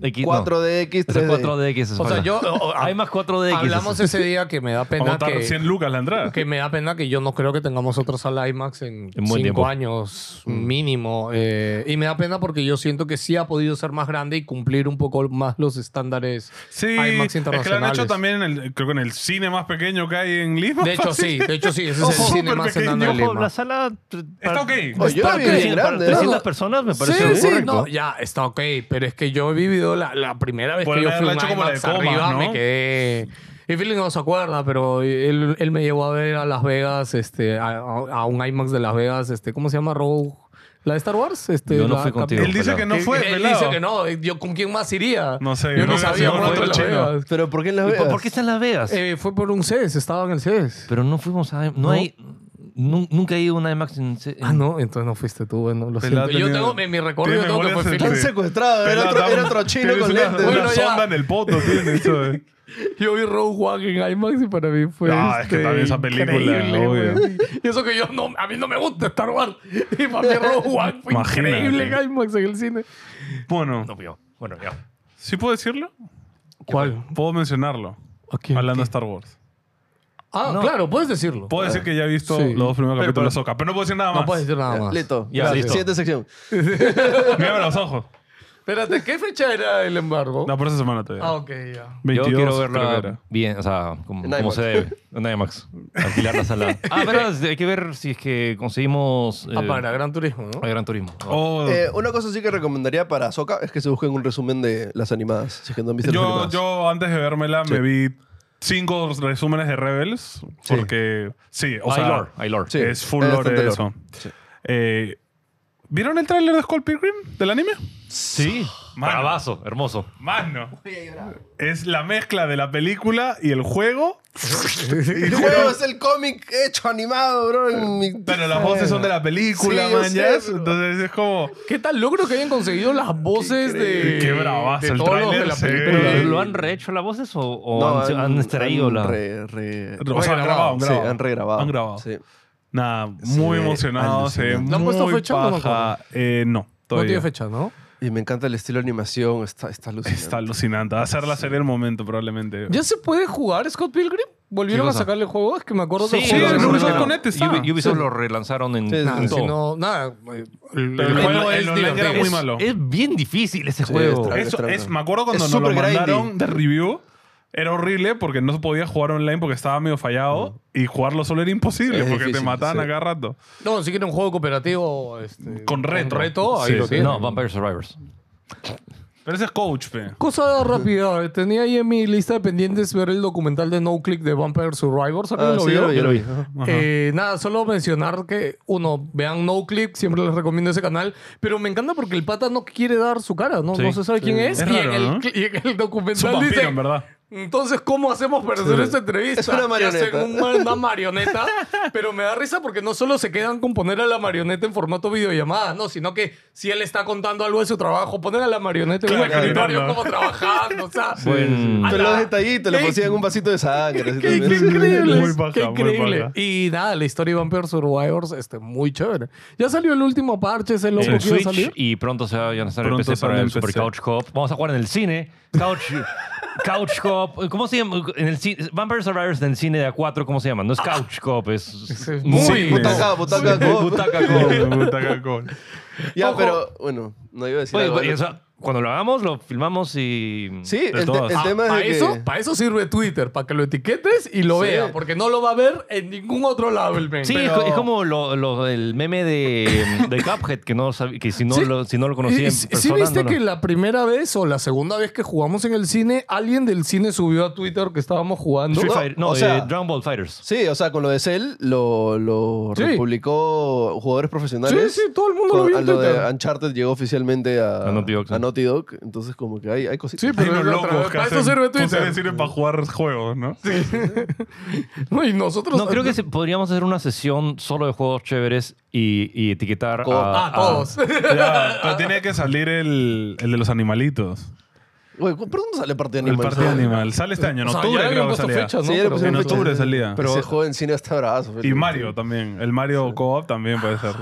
Speaker 4: X- no.
Speaker 2: 4DX, 3D.
Speaker 4: 4DX.
Speaker 3: O sea, yo. o- o-
Speaker 4: Hay más 4DX.
Speaker 3: Hablamos ese día que me da
Speaker 1: Vamos a
Speaker 3: pena
Speaker 1: botar
Speaker 3: que.
Speaker 1: 100 lucas la entrada.
Speaker 3: Que me da pena que yo no creo que tengamos otra sala IMAX en,
Speaker 4: En buen
Speaker 3: cinco
Speaker 4: tiempo.
Speaker 3: años mínimo. eh, y me da pena porque yo siento que sí ha podido ser más grande y cumplir un poco más los estándares
Speaker 1: Sí, es
Speaker 3: IMAX
Speaker 1: que lo han
Speaker 3: internacionales.
Speaker 1: hecho también, en el, creo que en el cine más pequeño que hay en Lima.
Speaker 3: De hecho, sí, de hecho, sí, ese es el
Speaker 1: Ojo,
Speaker 3: cine
Speaker 1: súper
Speaker 3: más
Speaker 1: pequeño,
Speaker 3: enano de
Speaker 1: ojo,
Speaker 3: Lima.
Speaker 4: la sala.
Speaker 1: Está ok.
Speaker 2: Oh, yo la vi
Speaker 4: para
Speaker 2: bien
Speaker 4: 300
Speaker 2: grande. ¿no?
Speaker 4: 300 personas me parece muy
Speaker 3: sí, sí,
Speaker 4: correcto.
Speaker 3: no, ya está ok, pero es que yo he vivido la, la primera vez
Speaker 1: Pueden
Speaker 3: que yo fui
Speaker 1: haberla
Speaker 3: a un
Speaker 1: hecho como la de
Speaker 3: IMAX
Speaker 1: Comas,
Speaker 3: arriba,
Speaker 1: ¿no?
Speaker 3: me quedé. Y Philip no se acuerda, pero él, él me llevó a ver a Las Vegas, este, a, a un IMAX de Las Vegas, este, ¿cómo se llama? Rogue. ¿La de Star Wars? Este,
Speaker 4: Yo no
Speaker 3: la
Speaker 4: fui
Speaker 3: cap-
Speaker 4: contigo.
Speaker 1: Él dice
Speaker 4: Ojalá.
Speaker 1: que no
Speaker 3: Él-
Speaker 1: fue,
Speaker 3: Él
Speaker 1: pelado.
Speaker 3: dice que no. Yo, ¿Con quién más iría?
Speaker 1: No sé,
Speaker 3: Yo
Speaker 1: no
Speaker 3: no
Speaker 1: sé,
Speaker 3: sabía
Speaker 1: con
Speaker 3: cómo
Speaker 1: otro
Speaker 3: era Las
Speaker 1: chino.
Speaker 3: Vegas.
Speaker 2: ¿Pero por qué en Las
Speaker 4: ¿Y
Speaker 2: Vegas?
Speaker 4: por, por qué está en Las Vegas?
Speaker 3: Eh, fue por un CES, estaba en el E CES.
Speaker 4: Pero no fuimos a. No, hay. nu- nunca he ido a una IMAX en. en-
Speaker 3: Ah, no, entonces no fuiste tú, bueno, lo
Speaker 1: Pelado
Speaker 3: siento. Yo
Speaker 1: Pues tenía-
Speaker 3: tengo mi, mi recuerdo, yo
Speaker 1: tiene
Speaker 3: tengo que
Speaker 1: memorias
Speaker 3: fue
Speaker 1: del
Speaker 2: Están
Speaker 3: Philip.
Speaker 1: Sí.
Speaker 2: secuestrados. Era otro,
Speaker 1: Pelota,
Speaker 2: era otro chino
Speaker 1: tienes
Speaker 2: con este.
Speaker 1: una,
Speaker 2: lentes.
Speaker 1: Una
Speaker 3: Bueno, ya.
Speaker 1: sonda en el poto tienes. ¿sabes?
Speaker 3: Yo vi Rogue One en IMAX y para mí fue.
Speaker 1: Ah, es que
Speaker 3: este,
Speaker 1: también esa película,
Speaker 3: increíble,
Speaker 1: obvio.
Speaker 3: güey. Y eso que yo no. A mí no me gusta Star Wars. Y para mí Rogue One fue
Speaker 1: Imagínate.
Speaker 3: increíble en IMAX en el cine.
Speaker 1: Bueno,
Speaker 4: No, yo. Bueno, ya.
Speaker 1: ¿sí puedo decirlo?
Speaker 3: ¿Cuál?
Speaker 1: Puedo mencionarlo. Hablando de Star Wars.
Speaker 3: Ah, claro, puedes decirlo.
Speaker 1: Puedo decir que ya he visto
Speaker 3: Sí.
Speaker 1: los dos primeros
Speaker 4: Pero-
Speaker 1: capítulos de Soca, pero no puedo decir nada más.
Speaker 3: No puedes decir nada más.
Speaker 2: Listo.
Speaker 4: Ya,
Speaker 2: Gracias.
Speaker 4: listo.
Speaker 2: Siguiente sección.
Speaker 1: Mírame los ojos.
Speaker 3: Espérate, ¿qué fecha era el embargo?
Speaker 1: No, por esa semana
Speaker 3: Ah,
Speaker 1: todavía.
Speaker 3: ok, ya.
Speaker 1: 22,
Speaker 4: Yo quiero
Speaker 1: creo que
Speaker 4: verla
Speaker 1: era.
Speaker 4: bien, o sea, como,
Speaker 2: En
Speaker 4: como
Speaker 2: IMAX.
Speaker 4: se debe. En IMAX. Alquilar la sala. Ah, pero hay que ver si es que conseguimos eh,
Speaker 3: Ah, para Gran Turismo, ¿no?
Speaker 4: a Gran Turismo.
Speaker 1: Oh,
Speaker 2: Eh, una cosa sí que recomendaría para Soca es que se busquen un resumen de las animadas. Si es que no han visto las
Speaker 1: yo,
Speaker 2: animadas.
Speaker 1: yo antes de vermela me vi cinco resúmenes de Rebels.
Speaker 2: Sí.
Speaker 1: Porque, oh, sí, o
Speaker 4: hay
Speaker 1: sea,
Speaker 4: lore, hay lore.
Speaker 2: Sí.
Speaker 1: es full
Speaker 2: es
Speaker 1: lore de
Speaker 2: bastante
Speaker 1: eso.
Speaker 2: lore. Sí.
Speaker 1: Eh, ¿Vieron el tráiler de Skull Pilgrim del anime?
Speaker 4: Sí.
Speaker 1: Mano.
Speaker 4: Bravazo, hermoso.
Speaker 1: Mano. Es la mezcla de la película y el juego.
Speaker 2: El juego es el cómic hecho animado, bro. en mi-
Speaker 1: Pero las voces son de la película,
Speaker 2: Sí, yo
Speaker 1: man,
Speaker 2: sé,
Speaker 1: yes.
Speaker 2: bro.
Speaker 1: Entonces es como.
Speaker 3: ¿Qué tal logro que hayan conseguido las voces de.
Speaker 1: Qué bravazo
Speaker 3: de
Speaker 1: el
Speaker 3: todos los
Speaker 1: tráiler,
Speaker 3: de la
Speaker 1: sí.
Speaker 3: película.
Speaker 4: ¿Pero
Speaker 1: Eh,
Speaker 4: lo han rehecho las voces o, o
Speaker 2: No,
Speaker 4: han, han extraído
Speaker 2: han
Speaker 4: la...?
Speaker 2: re- re-
Speaker 1: O sea, han grabado, han
Speaker 2: Sí,
Speaker 1: grabado.
Speaker 2: han regrabado.
Speaker 1: Han grabado.
Speaker 2: Sí.
Speaker 1: Nada, muy
Speaker 2: ve
Speaker 1: emocionado. Se ve
Speaker 2: alucinante.
Speaker 1: muy
Speaker 3: ¿Le han puesto fecha o no,
Speaker 1: paja. Eh, no,
Speaker 3: No
Speaker 1: todavía.
Speaker 3: tiene fecha, ¿no?
Speaker 2: Y me encanta el estilo de animación. Está, está alucinante.
Speaker 1: Está alucinante. Va a ser la serie del momento, probablemente.
Speaker 3: ¿Ya se puede jugar Scott Pilgrim? ¿Volvieron
Speaker 4: ¿Qué
Speaker 3: a
Speaker 4: cosa?
Speaker 3: sacarle el juego? Es que me acuerdo que
Speaker 1: sí,
Speaker 3: lo
Speaker 1: en
Speaker 3: sacaron.
Speaker 1: Ubisoft Connect está.
Speaker 4: Ubi- Ubisoft lo relanzaron en,
Speaker 2: Sí, sí,
Speaker 4: en
Speaker 3: Nada,
Speaker 2: sí.
Speaker 4: todo.
Speaker 3: si no, nada. El,
Speaker 1: el
Speaker 3: online
Speaker 1: juego es
Speaker 3: divertido.
Speaker 1: online era muy
Speaker 4: Es-
Speaker 1: malo.
Speaker 4: Es bien difícil ese
Speaker 2: Sí,
Speaker 4: juego.
Speaker 2: está-
Speaker 1: Eso es, me acuerdo cuando
Speaker 2: Es
Speaker 1: nos lo
Speaker 2: súper grindy.
Speaker 1: mandaron de review. Era horrible porque no se podía jugar online porque estaba medio fallado y jugarlo solo era imposible
Speaker 2: Es
Speaker 1: porque te
Speaker 2: difícil,
Speaker 1: mataban
Speaker 2: sí.
Speaker 1: a cada rato.
Speaker 3: No, si quieren un juego cooperativo. este,
Speaker 1: Con reto.
Speaker 3: ahí
Speaker 1: Sí,
Speaker 3: lo
Speaker 1: sí.
Speaker 3: tienen.
Speaker 4: No, Vampire Survivors.
Speaker 1: Pero ese es coach, pe.
Speaker 3: Cosa rápida, tenía ahí en mi lista de pendientes ver el documental de No Click de Vampire Survivors. ¿Alguien
Speaker 2: Ah,
Speaker 3: lo
Speaker 2: sí,
Speaker 3: vio?
Speaker 2: yo lo vi, yo lo vi. Ajá.
Speaker 1: Ajá.
Speaker 3: Eh, nada, solo mencionar que, uno, vean No Clip, siempre les recomiendo ese canal, pero me encanta porque el pata no quiere dar su cara, no,
Speaker 4: Sí.
Speaker 3: no se sabe quién es.
Speaker 1: Es
Speaker 3: y,
Speaker 1: raro,
Speaker 3: en el,
Speaker 1: ¿no?
Speaker 3: cli- y en el
Speaker 1: Es un
Speaker 3: documental
Speaker 1: vampiro,
Speaker 3: dice,
Speaker 1: en verdad.
Speaker 3: entonces, ¿cómo hacemos para hacer esta entrevista?
Speaker 2: Es una
Speaker 3: Y hacen
Speaker 2: marioneta.
Speaker 3: un- una marioneta, pero me da risa porque no solo se quedan con poner a la marioneta en formato videollamada, no, sino que si él está contando algo de su trabajo, poner a la marioneta en un
Speaker 1: Claro,
Speaker 3: escritorio
Speaker 1: claro.
Speaker 3: como trabajando, o sea...
Speaker 4: Buen-
Speaker 3: Ah,
Speaker 2: Todos los detallitos, le
Speaker 3: Qué-
Speaker 2: pusieron un vasito de sangre. así
Speaker 3: Qué,
Speaker 2: también.
Speaker 3: qué increíble.
Speaker 1: Muy baja,
Speaker 3: qué
Speaker 1: muy
Speaker 3: increíble.
Speaker 1: baja.
Speaker 3: Y nada, la historia de Vampire Survivors, este, muy chévere. Ya salió el último parche, ese loco
Speaker 4: En
Speaker 3: que iba a
Speaker 4: Switch
Speaker 3: salir.
Speaker 4: y pronto se va a lanzar el
Speaker 1: Pronto
Speaker 4: PC
Speaker 1: sale
Speaker 4: para
Speaker 1: en
Speaker 4: el Super
Speaker 1: PC.
Speaker 4: Couch Cop. Vamos a jugar en el cine. Couch... Couch Cop, ¿cómo se llama? En el cine, Vampire Survivors en el cine de A4, ¿cómo se llama? No es Couch Cop, es...
Speaker 3: es
Speaker 4: muy...
Speaker 3: cine.
Speaker 2: Butaca, butaca, go.
Speaker 4: Butaca go.
Speaker 1: Butaca Call.
Speaker 2: Ya,
Speaker 3: Ojo.
Speaker 2: pero bueno, no iba a decir
Speaker 4: Oye,
Speaker 2: algo.
Speaker 4: o sea, cuando lo hagamos, lo filmamos y...
Speaker 2: Sí,
Speaker 1: de
Speaker 2: el, te-
Speaker 1: todas.
Speaker 2: el
Speaker 1: Ah,
Speaker 2: tema es
Speaker 3: Para
Speaker 2: de que...
Speaker 3: eso, para eso sirve Twitter, para que lo etiquetes y lo
Speaker 2: Sí.
Speaker 3: vea, porque no lo va a ver en ningún otro lado el men.
Speaker 4: Sí,
Speaker 3: Pero-
Speaker 4: es co- es como lo, lo- el meme de, de Cuphead, que, no sabe- que si, no
Speaker 3: Sí.
Speaker 4: lo, si no lo
Speaker 3: ¿Y-
Speaker 4: conocía
Speaker 3: y-
Speaker 4: en
Speaker 3: eh, ¿Sí,
Speaker 4: persona,
Speaker 3: viste
Speaker 4: no lo-
Speaker 3: que la primera vez o la segunda vez que jugamos en el cine, alguien del cine subió a Twitter que estábamos jugando? Ah,
Speaker 4: Street
Speaker 2: No,
Speaker 4: Fighter- no,
Speaker 2: o
Speaker 4: eh,
Speaker 2: sea-
Speaker 4: Dragon Ball Fighters.
Speaker 2: Sí, o sea, con lo de Cell lo, lo
Speaker 3: Sí.
Speaker 2: republicó jugadores profesionales.
Speaker 3: Sí, sí, todo el mundo lo
Speaker 2: Con-
Speaker 3: vio en
Speaker 2: a de
Speaker 3: Twitter.
Speaker 2: Uncharted llegó oficialmente a,
Speaker 4: A Naughty Dog, sí.
Speaker 2: a Naughty Dog, entonces como que hay, hay cositas.
Speaker 3: Sí,
Speaker 1: Hay
Speaker 3: pero
Speaker 1: unos
Speaker 3: es otra
Speaker 1: locos
Speaker 3: vez.
Speaker 1: que
Speaker 3: Para eso sirve Twitter.
Speaker 1: ustedes sirven para jugar juegos, ¿no?
Speaker 3: No, y nosotros...
Speaker 4: No, creo que se- podríamos hacer una sesión solo de juegos chéveres y, y etiquetar
Speaker 2: Co-
Speaker 4: a,
Speaker 3: Ah, todos.
Speaker 1: Ya, pero tiene que salir el, el de los animalitos.
Speaker 2: Güey, ¿por dónde sale parte de
Speaker 1: El
Speaker 2: animal?
Speaker 1: parte de animal. Sale este año, en
Speaker 3: O sea, ya
Speaker 1: octubre
Speaker 3: habían
Speaker 1: creo que
Speaker 3: puesto
Speaker 1: salía.
Speaker 3: fechas,
Speaker 2: Sí,
Speaker 3: ¿no?
Speaker 2: ya le
Speaker 3: Pero-
Speaker 2: pusieron
Speaker 1: En
Speaker 2: fecha.
Speaker 1: octubre salía.
Speaker 2: Pero ese joven cine está bravazo.
Speaker 1: Y
Speaker 2: Felipe.
Speaker 1: Mario también. El Mario Co-op también puede ser.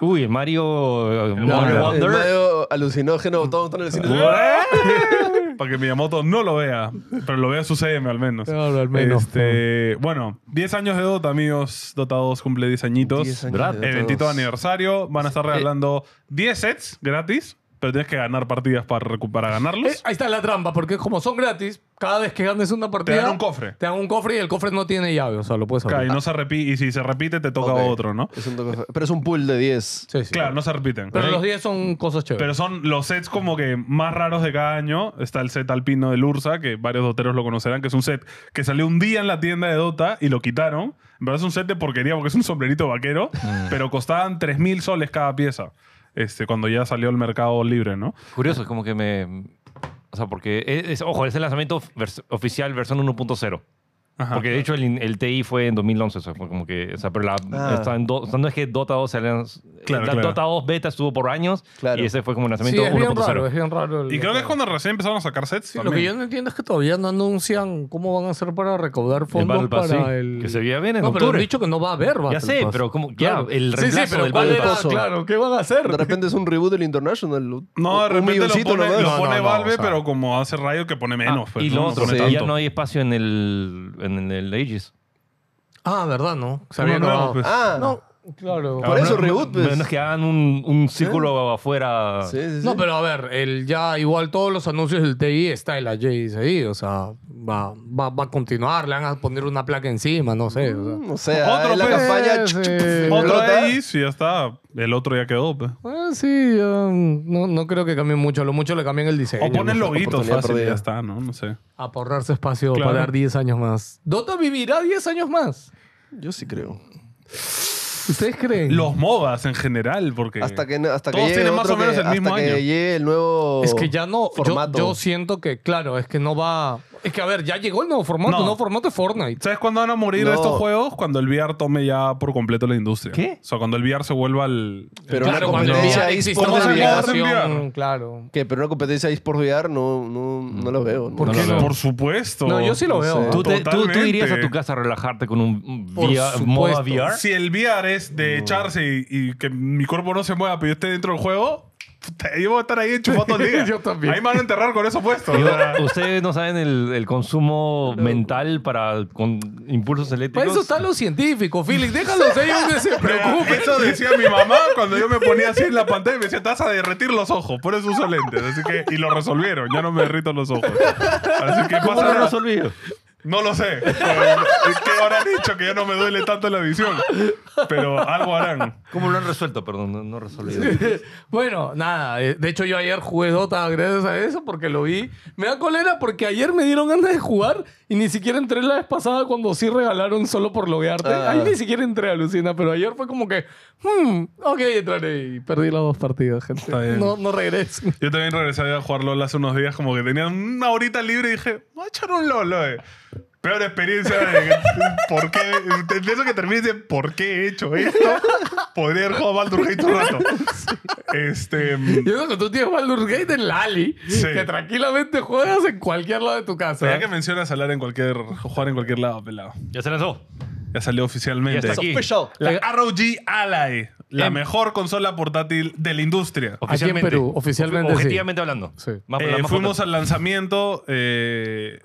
Speaker 4: Uy, el Mario, eh, Mario
Speaker 1: Mario.
Speaker 2: El
Speaker 4: Wonder.
Speaker 2: Mario alucinógeno, todo todo en el cine.
Speaker 1: ¡Eh!
Speaker 2: ¡Eh!
Speaker 1: Para que Miyamoto no lo vea, pero lo vea su CM al menos.
Speaker 3: Claro, al menos.
Speaker 1: Este, bueno, 10 años de Dota, amigos. Dota 2 cumple 10 añitos.
Speaker 2: 10 años
Speaker 4: ¿verdad?
Speaker 2: de Dota
Speaker 1: El 22
Speaker 2: dos.
Speaker 1: aniversario. Van a estar regalando 10 sets gratis, pero tienes que ganar partidas para, recu- para ganarlos.
Speaker 3: Eh, ahí está la trampa, porque como son gratis, cada vez que ganes una partida.
Speaker 1: Te dan un cofre.
Speaker 3: Te dan un cofre y el cofre no tiene llave, o sea, lo puedes
Speaker 1: Claro, y,
Speaker 3: abrir.
Speaker 1: no se repi- y si se repite, te toca
Speaker 2: ah. Ok.
Speaker 1: otro, ¿no?
Speaker 2: Es un toco- pero es un pool de 10.
Speaker 3: Sí, sí.
Speaker 1: Claro, no se repiten.
Speaker 3: Pero
Speaker 1: ¿ok?
Speaker 3: los 10 son cosas
Speaker 1: Pero
Speaker 3: chéveres.
Speaker 1: son los sets como que más raros de cada año. Está el set alpino del Ursa, que varios doteros lo conocerán, que es un set que salió un día en la tienda de Dota y lo quitaron. En verdad es un set de porquería porque es un sombrerito vaquero, pero costaban 3.000 soles cada pieza. Este, cuando ya salió al mercado libre, ¿no?
Speaker 4: Curioso, es como que me... O sea, porque... Es, es- ojo, es el lanzamiento vers- oficial versión 1.0.
Speaker 1: Ajá.
Speaker 4: Porque de hecho el, in- el TI fue en 2011, o sea, fue como que, o sea, pero la,
Speaker 2: Ah.
Speaker 4: está en do- o sea, no es que Dota 2 se lanz-
Speaker 1: Claro,
Speaker 4: la
Speaker 1: claro.
Speaker 4: Dota 2 beta estuvo por años
Speaker 2: Claro.
Speaker 4: y ese fue como el
Speaker 3: Sí,
Speaker 4: lanzamiento
Speaker 3: es bien raro, es
Speaker 4: 1.0.
Speaker 3: bien raro. el-
Speaker 1: Y creo que es cuando recién empezaron a sacar sets.
Speaker 3: Sí, lo
Speaker 1: también.
Speaker 3: que yo no entiendo es que todavía no anuncian cómo van a hacer para recaudar fondos
Speaker 4: Battle Pass,
Speaker 3: para
Speaker 4: sí,
Speaker 3: el.
Speaker 4: que se veía bien en
Speaker 3: No, pero han
Speaker 4: octubre.
Speaker 3: dicho que no va a haber Battle
Speaker 4: Ya sé,
Speaker 3: Pass.
Speaker 4: pero como- ya, el
Speaker 3: Sí, sí,
Speaker 4: reemplazo
Speaker 3: pero
Speaker 4: del
Speaker 3: ¿cuál
Speaker 4: Battle
Speaker 3: era?
Speaker 2: Pass.
Speaker 3: Claro, ¿qué van a hacer?
Speaker 2: De repente es un reboot del International.
Speaker 1: No, de
Speaker 2: Un
Speaker 1: repente lo
Speaker 2: milloncito
Speaker 1: pone,
Speaker 2: nomás.
Speaker 1: lo
Speaker 3: No,
Speaker 1: pone
Speaker 3: no, no,
Speaker 1: Valve,
Speaker 3: o sea.
Speaker 1: pero como hace rayo que pone menos.
Speaker 4: Ah,
Speaker 1: pues,
Speaker 4: y
Speaker 1: ¿no?
Speaker 4: lo
Speaker 1: No
Speaker 4: otro,
Speaker 1: pone
Speaker 4: que ya
Speaker 1: tanto.
Speaker 4: no hay espacio en el, en el Aegis.
Speaker 3: Ah, ¿verdad? No. Se
Speaker 1: Uno
Speaker 3: había
Speaker 1: nuevo,
Speaker 3: acabado.
Speaker 1: pues.
Speaker 2: Ah,
Speaker 3: No, Claro.
Speaker 2: Por eso,
Speaker 4: no-
Speaker 2: reboot,
Speaker 4: no-
Speaker 2: pues.
Speaker 4: No es que hagan un, un círculo afuera.
Speaker 2: Sí, sí, sí.
Speaker 3: No, pero a ver, el ya igual todos los anuncios del TI está el AJS ahí, o sea, va, va, va a continuar, le van a poner una placa encima, no sé. o
Speaker 4: Mm.
Speaker 3: sea.
Speaker 2: O sea,
Speaker 1: Otro
Speaker 2: en la
Speaker 1: pez.
Speaker 2: campaña.
Speaker 3: Sí.
Speaker 1: Otro
Speaker 2: Pelota.
Speaker 1: de ellos y ya está. El otro ya quedó. pues. pe.
Speaker 3: Bueno, Ah, sí, yo no, no creo que cambie mucho, a lo mucho le cambien el diseño.
Speaker 1: O ponen
Speaker 3: ¿no?
Speaker 1: loguitos
Speaker 2: oportunidad
Speaker 1: fácil y
Speaker 2: perdida.
Speaker 1: ya está, ¿no? No sé.
Speaker 3: A porrarse espacio
Speaker 1: Claro.
Speaker 3: para dar 10 años más. ¿Dota vivirá 10 años más?
Speaker 2: Yo sí creo.
Speaker 3: ¿Ustedes creen?
Speaker 1: Los MOBAs en general, porque...
Speaker 2: Hasta que, no- hasta que
Speaker 1: Todos
Speaker 2: llegue
Speaker 1: tienen más
Speaker 2: otro
Speaker 1: o menos
Speaker 2: que-
Speaker 1: el mismo
Speaker 2: hasta
Speaker 1: año.
Speaker 2: que llegue el nuevo
Speaker 3: Es que ya no, yo-
Speaker 2: formato.
Speaker 3: Yo, siento que, claro, es que no va... Es que, a ver, ya llegó el nuevo formato,
Speaker 1: No.
Speaker 3: el nuevo formato es Fortnite.
Speaker 1: ¿Sabes cuándo van a morir
Speaker 2: No.
Speaker 1: estos juegos? Cuando el VR tome ya por completo la industria.
Speaker 4: ¿Qué?
Speaker 1: O sea, cuando el VR se vuelva al...
Speaker 2: Pero
Speaker 1: Claro,
Speaker 2: una
Speaker 3: cuando el
Speaker 2: competencia
Speaker 3: VR
Speaker 2: ahí
Speaker 3: exista
Speaker 1: por
Speaker 3: una
Speaker 1: VR.
Speaker 3: aplicación, Claro.
Speaker 2: Que pero una competencia ahí por VR no, no, no lo veo. ¿no?
Speaker 3: ¿Por
Speaker 2: No
Speaker 3: qué
Speaker 2: lo
Speaker 3: no?
Speaker 2: veo.
Speaker 1: Por supuesto.
Speaker 3: No, yo sí lo
Speaker 2: No
Speaker 3: veo.
Speaker 2: sé.
Speaker 4: ¿Tú, te- tú- tú
Speaker 1: Totalmente.
Speaker 4: irías a tu casa a relajarte con un- un
Speaker 3: Por
Speaker 4: VR, moda
Speaker 3: supuesto.
Speaker 4: VR?
Speaker 1: Si el VR es de echarse y, y que mi cuerpo no se mueva, pero yo esté dentro del juego, puta, yo voy a estar ahí enchufado todo el día.
Speaker 3: Yo también.
Speaker 1: Ahí me van a enterrar con eso puesto.
Speaker 4: Digo,
Speaker 1: O sea,
Speaker 4: Ustedes no saben el, el consumo mental para con impulsos
Speaker 3: Para
Speaker 4: eléctricos.
Speaker 3: eso están los científicos, Felix. Déjalos ellos que se preocupen.
Speaker 1: Eso decía mi mamá cuando yo me ponía así en la pantalla y me decía, te vas a derretir los ojos. Por eso uso lentes. Así que, y lo resolvieron. Ya no me derrito los ojos. Así que
Speaker 4: ¿Cómo
Speaker 1: pasa
Speaker 4: lo
Speaker 1: nada.
Speaker 4: resolvido?
Speaker 1: No lo sé. ¿Qué habrán dicho? Que ya no me duele tanto la visión. Pero algo harán.
Speaker 4: ¿Cómo lo han resuelto? Perdón, no, no resolvido.
Speaker 3: Bueno, nada. eh, De hecho, yo ayer jugué Dota gracias a eso porque lo vi. Me da colera porque ayer me dieron ganas de jugar y ni siquiera entré la vez pasada cuando sí regalaron solo por loguearte.
Speaker 2: Ah.
Speaker 3: Ahí ni siquiera entré, alucina. Pero ayer fue como que, hmm, ok, entraré. Y perdí las dos partidas, gente.
Speaker 1: Está bien.
Speaker 3: No, no regresen.
Speaker 1: Yo también regresé a jugar LOL hace unos días, como que tenía una horita libre y dije, voy a echar un LOL, oye". Peor experiencia de por qué. De eso que termine de por qué he hecho esto. Podría haber jugado Baldur Gate un rato. Este.
Speaker 3: Yo creo que tú tienes Baldur's Gate en Lali,
Speaker 1: Sí.
Speaker 3: que tranquilamente juegas en cualquier lado de tu casa.
Speaker 4: ¿Eh?
Speaker 1: Ya que mencionas hablar en cualquier. jugar en cualquier lado, pelado.
Speaker 4: Ya se lanzó.
Speaker 1: Ya salió oficialmente.
Speaker 4: Ya está aquí.
Speaker 2: Official.
Speaker 1: La ROG Ally, la
Speaker 4: Em.
Speaker 1: mejor consola portátil de la industria.
Speaker 3: Aquí en
Speaker 4: Oficialmente.
Speaker 3: Perú, oficialmente
Speaker 4: Ofi-
Speaker 3: sí.
Speaker 4: Objetivamente hablando.
Speaker 3: Sí.
Speaker 4: Más-
Speaker 1: Eh,
Speaker 4: más fotos.
Speaker 1: fuimos al lanzamiento. eh,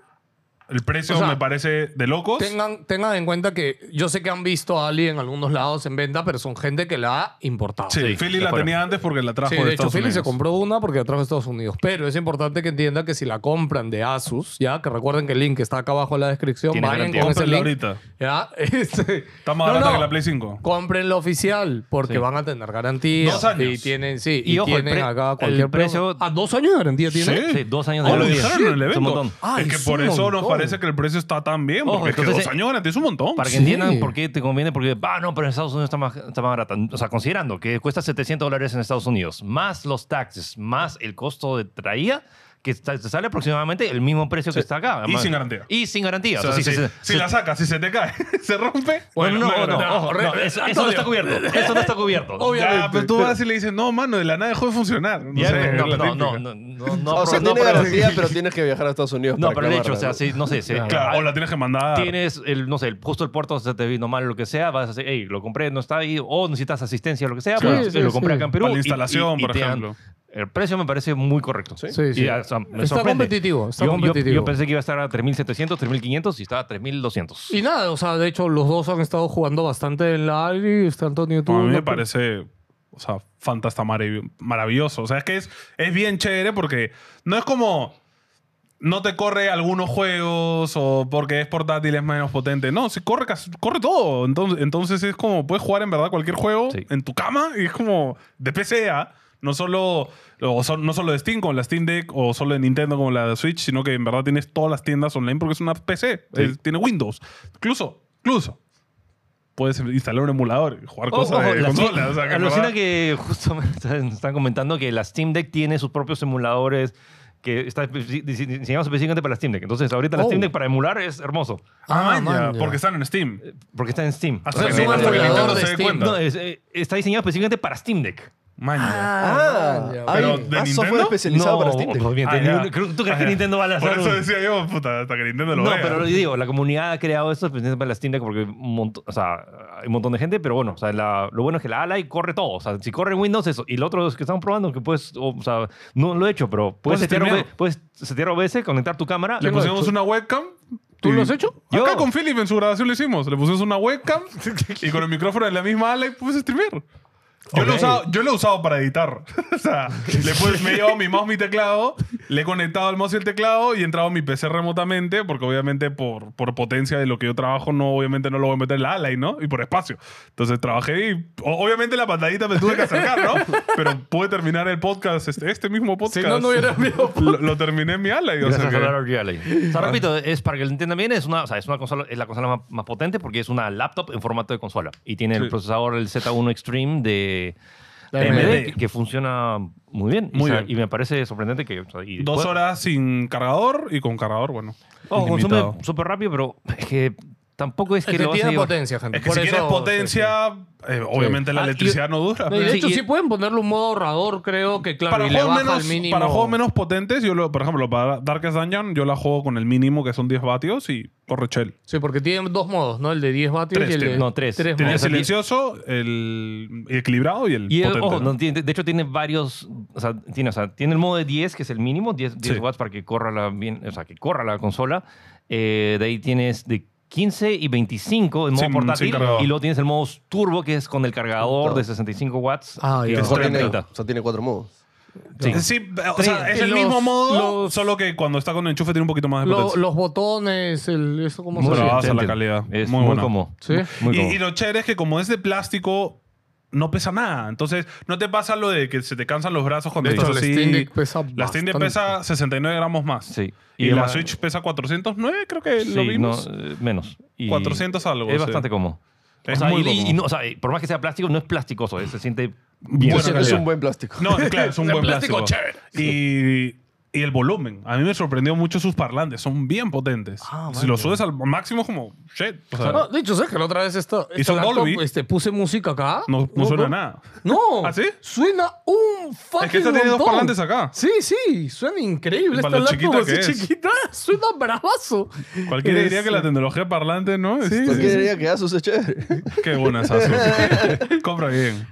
Speaker 1: el precio
Speaker 3: O sea,
Speaker 1: me parece de locos.
Speaker 3: Tengan, tengan en cuenta que yo sé que han visto a Ali en algunos lados en venta, pero son gente que la ha importado.
Speaker 1: Sí,
Speaker 4: Sí,
Speaker 1: Philly
Speaker 4: de
Speaker 1: la
Speaker 4: acuerdo.
Speaker 1: tenía antes porque la trajo
Speaker 3: Sí,
Speaker 1: de,
Speaker 3: de hecho,
Speaker 1: Estados
Speaker 3: Philly
Speaker 1: Unidos.
Speaker 3: se compró una porque la trajo de Estados Unidos. Pero es importante que entienda que si la compran de Asus, ya que recuerden que el link está acá abajo en la descripción,
Speaker 4: Tiene
Speaker 3: vayan
Speaker 4: garantía.
Speaker 3: con ese
Speaker 1: Cómprenla
Speaker 3: link.
Speaker 1: ahorita.
Speaker 3: Ya, este,
Speaker 1: Está más
Speaker 3: no,
Speaker 1: barata
Speaker 3: no,
Speaker 1: que la Play 5.
Speaker 3: Compren lo oficial porque
Speaker 4: Sí.
Speaker 3: van a tener garantía.
Speaker 1: Dos años.
Speaker 3: Y tienen, sí,
Speaker 4: Y
Speaker 3: y,
Speaker 4: ojo, el
Speaker 3: tienen
Speaker 4: pre-
Speaker 3: acá
Speaker 4: el
Speaker 3: cualquier
Speaker 4: precio-
Speaker 3: ¿A dos años de garantía tiene?
Speaker 1: Sí.
Speaker 4: Sí, dos años de
Speaker 1: Oh, lo
Speaker 4: garantía.
Speaker 1: dijeron en el
Speaker 4: Es un
Speaker 1: evento.
Speaker 4: montón.
Speaker 3: Ah,
Speaker 1: es que
Speaker 3: es
Speaker 1: por
Speaker 3: un
Speaker 1: eso nos
Speaker 3: montón.
Speaker 1: parece que el precio está tan bien.
Speaker 4: Ojo,
Speaker 1: Porque es que
Speaker 4: entonces,
Speaker 1: dos años de garantía es un montón.
Speaker 4: Para que
Speaker 3: Sí.
Speaker 4: entiendan por qué te conviene, porque, ah, no, pero en Estados Unidos está más, está más barata. O sea, considerando que cuesta 700 dólares en Estados Unidos, más los taxes, más el costo de traía, que está- te sale aproximadamente el mismo precio que está acá. Además-
Speaker 1: sin garantía.
Speaker 4: Y sin garantía.
Speaker 1: O
Speaker 4: O
Speaker 1: sea,
Speaker 4: sea, sí,
Speaker 1: si,
Speaker 4: sí, sí.
Speaker 1: si la sacas, si se te cae, se rompe.
Speaker 4: Bueno, no,
Speaker 1: hay
Speaker 4: no,
Speaker 1: garantía.
Speaker 4: ojo,
Speaker 3: re-
Speaker 4: no, eso, eso no está cubierto. Eso no está cubierto.
Speaker 1: Ya, pero tú vas y le dices, no, mano, de la nada dejó de funcionar. No,
Speaker 4: Ya,
Speaker 1: sé, es
Speaker 4: no,
Speaker 1: la
Speaker 4: no,
Speaker 1: típica.
Speaker 4: no, no, no, no,
Speaker 2: O sea,
Speaker 4: pero- no,
Speaker 2: tiene
Speaker 4: pero-
Speaker 2: garantía, pero tienes que viajar a Estados Unidos.
Speaker 4: No,
Speaker 2: para
Speaker 4: pero de hecho, o
Speaker 2: claro.
Speaker 4: sea, si, no sé, si-
Speaker 1: Claro, o la tienes que mandar.
Speaker 4: tienes el, no sé, el- justo el puerto se te vino mal, lo que sea, vas a decir, hey, lo compré, no está ahí, o necesitas asistencia, lo que sea,
Speaker 1: Sí,
Speaker 4: pues,
Speaker 3: sí,
Speaker 4: lo
Speaker 3: sí.
Speaker 4: compré acá en Perú.
Speaker 1: Para la
Speaker 4: y-
Speaker 1: instalación, por
Speaker 4: te dan-
Speaker 1: ejemplo.
Speaker 4: el precio me parece muy correcto.
Speaker 3: Sí,
Speaker 4: Y,
Speaker 3: sí.
Speaker 4: o sea, me
Speaker 3: Está
Speaker 4: sorprende.
Speaker 3: competitivo, está
Speaker 4: Yo- yo- Yo,
Speaker 3: competitivo.
Speaker 4: pensé que iba a estar a 3.700, 3.500 y estaba a 3.200.
Speaker 3: Y nada, o sea, de hecho, los dos han estado jugando bastante en la Ali. Está Antonio, tú.
Speaker 1: a mí me
Speaker 3: no-
Speaker 1: parece, o sea, fantasta marav- maravilloso. O sea, es que es, es bien chévere porque no es como no te corre algunos juegos o porque es portátil es menos potente. No, se corre, casi- corre todo. Entonces, entonces es como puedes jugar en verdad cualquier juego
Speaker 4: Sí.
Speaker 1: en tu cama y es como de PCA. No solo, o so- no solo de Steam como la Steam Deck o solo de Nintendo como la de Switch, sino que en verdad tienes todas las tiendas online porque es una PC,
Speaker 4: Sí.
Speaker 1: es- tiene Windows. Incluso, incluso, puedes instalar un emulador y jugar
Speaker 4: Ojo,
Speaker 1: cosas
Speaker 4: Oh, ojo,
Speaker 1: de
Speaker 4: la Steam-
Speaker 1: consola. O sea, que en
Speaker 4: alucina
Speaker 1: verdad-
Speaker 4: que justo me están están comentando que la Steam Deck tiene sus propios emuladores que está dise- diseñados específicamente para la Steam Deck. Entonces, ahorita la
Speaker 3: Oh.
Speaker 4: Steam Deck para emular es hermoso,
Speaker 1: Ah,
Speaker 3: Ah,
Speaker 1: maña,
Speaker 3: maña.
Speaker 1: porque están en Steam.
Speaker 4: porque está en Steam.
Speaker 1: Hasta
Speaker 4: O sea,
Speaker 1: que,
Speaker 3: es un
Speaker 1: hasta que
Speaker 3: emulador
Speaker 1: Nintendo
Speaker 3: de
Speaker 1: se dé
Speaker 3: Steam.
Speaker 1: cuenta.
Speaker 4: no, es- eh, está diseñado específicamente para Steam Deck.
Speaker 1: Maña.
Speaker 2: Ah,
Speaker 3: Ah,
Speaker 2: hay-
Speaker 1: pero ¿de
Speaker 2: ah, software
Speaker 1: Nintendo?
Speaker 2: especializado
Speaker 4: no,
Speaker 2: para Steam Deck.
Speaker 4: pues, bien,
Speaker 1: Ah,
Speaker 4: Nintendo-
Speaker 1: ya.
Speaker 4: creo- ¿Tú
Speaker 1: Ah,
Speaker 4: crees que
Speaker 1: ya.
Speaker 4: Nintendo va a lanzar
Speaker 1: Por eso
Speaker 4: un-
Speaker 1: decía yo, puta, hasta que Nintendo lo
Speaker 4: No,
Speaker 1: vea.
Speaker 4: pero lo digo, la comunidad ha creado esto especialmente para las Steam Deck porque un montón, o sea, hay un montón de gente, pero bueno, o sea, la- lo bueno es que la ala y corre todo. O sea, si corre Windows, eso. Y lo otro es que estamos probando, que puedes, o, o sea, no lo he hecho, pero
Speaker 1: Puedes
Speaker 4: puedes setear,
Speaker 1: streamear.
Speaker 4: OB puedes setear OBS, conectar tu cámara.
Speaker 1: Le
Speaker 4: Tengo-
Speaker 1: pusimos una webcam,
Speaker 3: ¿Tú
Speaker 1: Y-
Speaker 3: lo has hecho? Ah.
Speaker 1: Yo. Acá con Philip en su grabación lo hicimos. Le pusimos una webcam y con el micrófono de la misma ala y puse streamer. Yo, lo he
Speaker 3: Ok.
Speaker 1: usado, yo lo he usado para editar. o sea, le puse- me he llevado mi mouse, mi teclado, le he conectado al mouse y el teclado y he entrado a mi PC remotamente, porque obviamente por, por potencia de lo que yo trabajo, no, obviamente no lo voy a meter en la ala y no, y por espacio. Entonces trabajé y o- obviamente la pantallita me tuve que acercar, ¿no? Pero pude terminar el podcast, este, este mismo
Speaker 3: Si
Speaker 1: podcast.
Speaker 3: no, no hubiera habido
Speaker 1: lo, lo terminé en mi ala y o sea
Speaker 4: Gracias a
Speaker 1: que-
Speaker 4: la Reality. O sea, repito, es para que lo entiendan bien, es una, o sea, es una consola, es la consola más, más potente porque es una laptop en formato de consola y tiene
Speaker 1: Sí.
Speaker 4: el procesador el Z1 Extreme de,
Speaker 3: La
Speaker 4: de AMD,
Speaker 3: AMD.
Speaker 4: que, que funciona muy bien.
Speaker 1: Muy
Speaker 4: y, o sea,
Speaker 1: bien.
Speaker 4: y me parece sorprendente que o sea, y
Speaker 1: Dos
Speaker 4: después-
Speaker 1: horas sin cargador y con cargador, bueno.
Speaker 4: Ojo,
Speaker 1: ilimitado.
Speaker 4: Oh, consume súper rápido, pero es que tampoco es que
Speaker 3: Es que
Speaker 4: lo vas a
Speaker 3: tiene
Speaker 4: llevar-
Speaker 3: potencia, gente.
Speaker 1: Es que
Speaker 3: Por
Speaker 1: si
Speaker 3: eso-
Speaker 1: quieres potencia, eh, obviamente la
Speaker 4: Ah, y-
Speaker 1: electricidad no dura.
Speaker 3: No, y de
Speaker 4: Sí,
Speaker 3: hecho,
Speaker 4: y-
Speaker 3: sí pueden ponerle un modo ahorrador, creo que, claro,
Speaker 1: para,
Speaker 3: y le
Speaker 1: juegos
Speaker 3: baja
Speaker 1: menos,
Speaker 3: al mínimo.
Speaker 1: para juegos menos potentes, yo lo, por ejemplo, para Darkest Dungeon, yo la juego con el mínimo que son 10 vatios y corre chel.
Speaker 3: Sí, porque tienen dos modos, ¿no? El de 10 vatios
Speaker 1: Tres,
Speaker 3: y el de...
Speaker 1: tiene.
Speaker 4: No, tres. Tiene
Speaker 1: Tiene el
Speaker 4: Bueno, o sea,
Speaker 1: silencioso, el equilibrado y el
Speaker 4: Y el-
Speaker 1: potente.
Speaker 4: ojo, no tiene- de hecho tiene varios, o sea, tiene, o sea, tiene el modo de 10, que es el mínimo, 10, 10
Speaker 1: Sí.
Speaker 4: watts para que corra la, bien, o sea, que corra la consola. Eh, de ahí tienes de 15 y 25 en modo
Speaker 1: Sin- sin
Speaker 4: portátil.
Speaker 1: cargador.
Speaker 4: y luego tienes el modo turbo, que es con el cargador
Speaker 2: Puta.
Speaker 4: de 65 watts.
Speaker 3: Ah,
Speaker 4: que
Speaker 3: ya.
Speaker 4: es
Speaker 2: Mejor tiene,
Speaker 4: 30.
Speaker 2: o sea, tiene cuatro modos.
Speaker 4: Sí.
Speaker 1: Sí, o sea,
Speaker 3: Tres.
Speaker 1: es el
Speaker 3: Los-
Speaker 1: mismo modo,
Speaker 3: los-
Speaker 1: solo que cuando está con el enchufe tiene un poquito más de
Speaker 3: Lo-
Speaker 1: potencia.
Speaker 3: los botones, el, eso como
Speaker 1: Muy
Speaker 3: se
Speaker 1: bravo.
Speaker 3: llama.
Speaker 1: bravaza la
Speaker 4: Entiendo.
Speaker 1: calidad.
Speaker 4: Es
Speaker 1: Muy
Speaker 4: muy,
Speaker 1: buena.
Speaker 4: cómodo.
Speaker 3: Sí.
Speaker 4: Muy
Speaker 1: y,
Speaker 4: cómodo.
Speaker 1: y lo chévere es que como es de plástico, no pesa nada. Entonces, no te pasa lo de que se te cansan los brazos cuando
Speaker 3: De hecho,
Speaker 1: estás
Speaker 3: la
Speaker 1: así.
Speaker 3: Steam Deck pesa
Speaker 1: la Steam Deck
Speaker 3: bastante.
Speaker 1: pesa 69 gramos más.
Speaker 4: Sí.
Speaker 1: Y, la
Speaker 4: además-
Speaker 1: Switch pesa 409, creo que lo
Speaker 4: sí,
Speaker 1: vimos.
Speaker 4: no, eh, menos. Y
Speaker 1: 400 algo,
Speaker 4: Es
Speaker 1: sí.
Speaker 4: bastante cómodo.
Speaker 1: Es
Speaker 4: o sea,
Speaker 1: muy
Speaker 4: y- y-
Speaker 1: cómodo.
Speaker 4: y no, o sea, por más que sea plástico, no es plasticoso. eh, se siente
Speaker 1: Buena
Speaker 4: bien.
Speaker 2: Es- es
Speaker 1: calidad.
Speaker 2: un buen plástico.
Speaker 1: No, claro, es un
Speaker 3: El
Speaker 1: buen
Speaker 3: plástico
Speaker 1: plástico.
Speaker 3: chévere.
Speaker 1: Y, y el volumen. A mí me sorprendió mucho sus parlantes. Son bien potentes.
Speaker 3: Ah,
Speaker 1: si los
Speaker 3: vaya.
Speaker 1: subes al máximo, es como shit. O sea,
Speaker 3: No, de hecho, ¿sabes que la otra vez esta,
Speaker 1: Y
Speaker 3: esta
Speaker 1: son
Speaker 3: laptop,
Speaker 1: Dolby.
Speaker 3: este, puse música acá?
Speaker 1: no, no suena nada.
Speaker 3: No.
Speaker 1: ¿Ah, sí?
Speaker 3: Suena un fucking
Speaker 1: Es que esta tiene dos
Speaker 3: montón.
Speaker 1: parlantes acá.
Speaker 3: Sí, sí, suena increíble.
Speaker 1: Y para lo
Speaker 3: Esta laptop
Speaker 1: chiquita
Speaker 3: así
Speaker 1: que es.
Speaker 3: chiquita, suena bravazo. Este,
Speaker 1: Cualquiera
Speaker 3: Es-
Speaker 1: diría que la tecnología parlante, ¿no? Este, Es-
Speaker 2: ¿Por
Speaker 1: es-
Speaker 2: qué diría que Asus es chévere?
Speaker 1: Qué buenas Compra bien.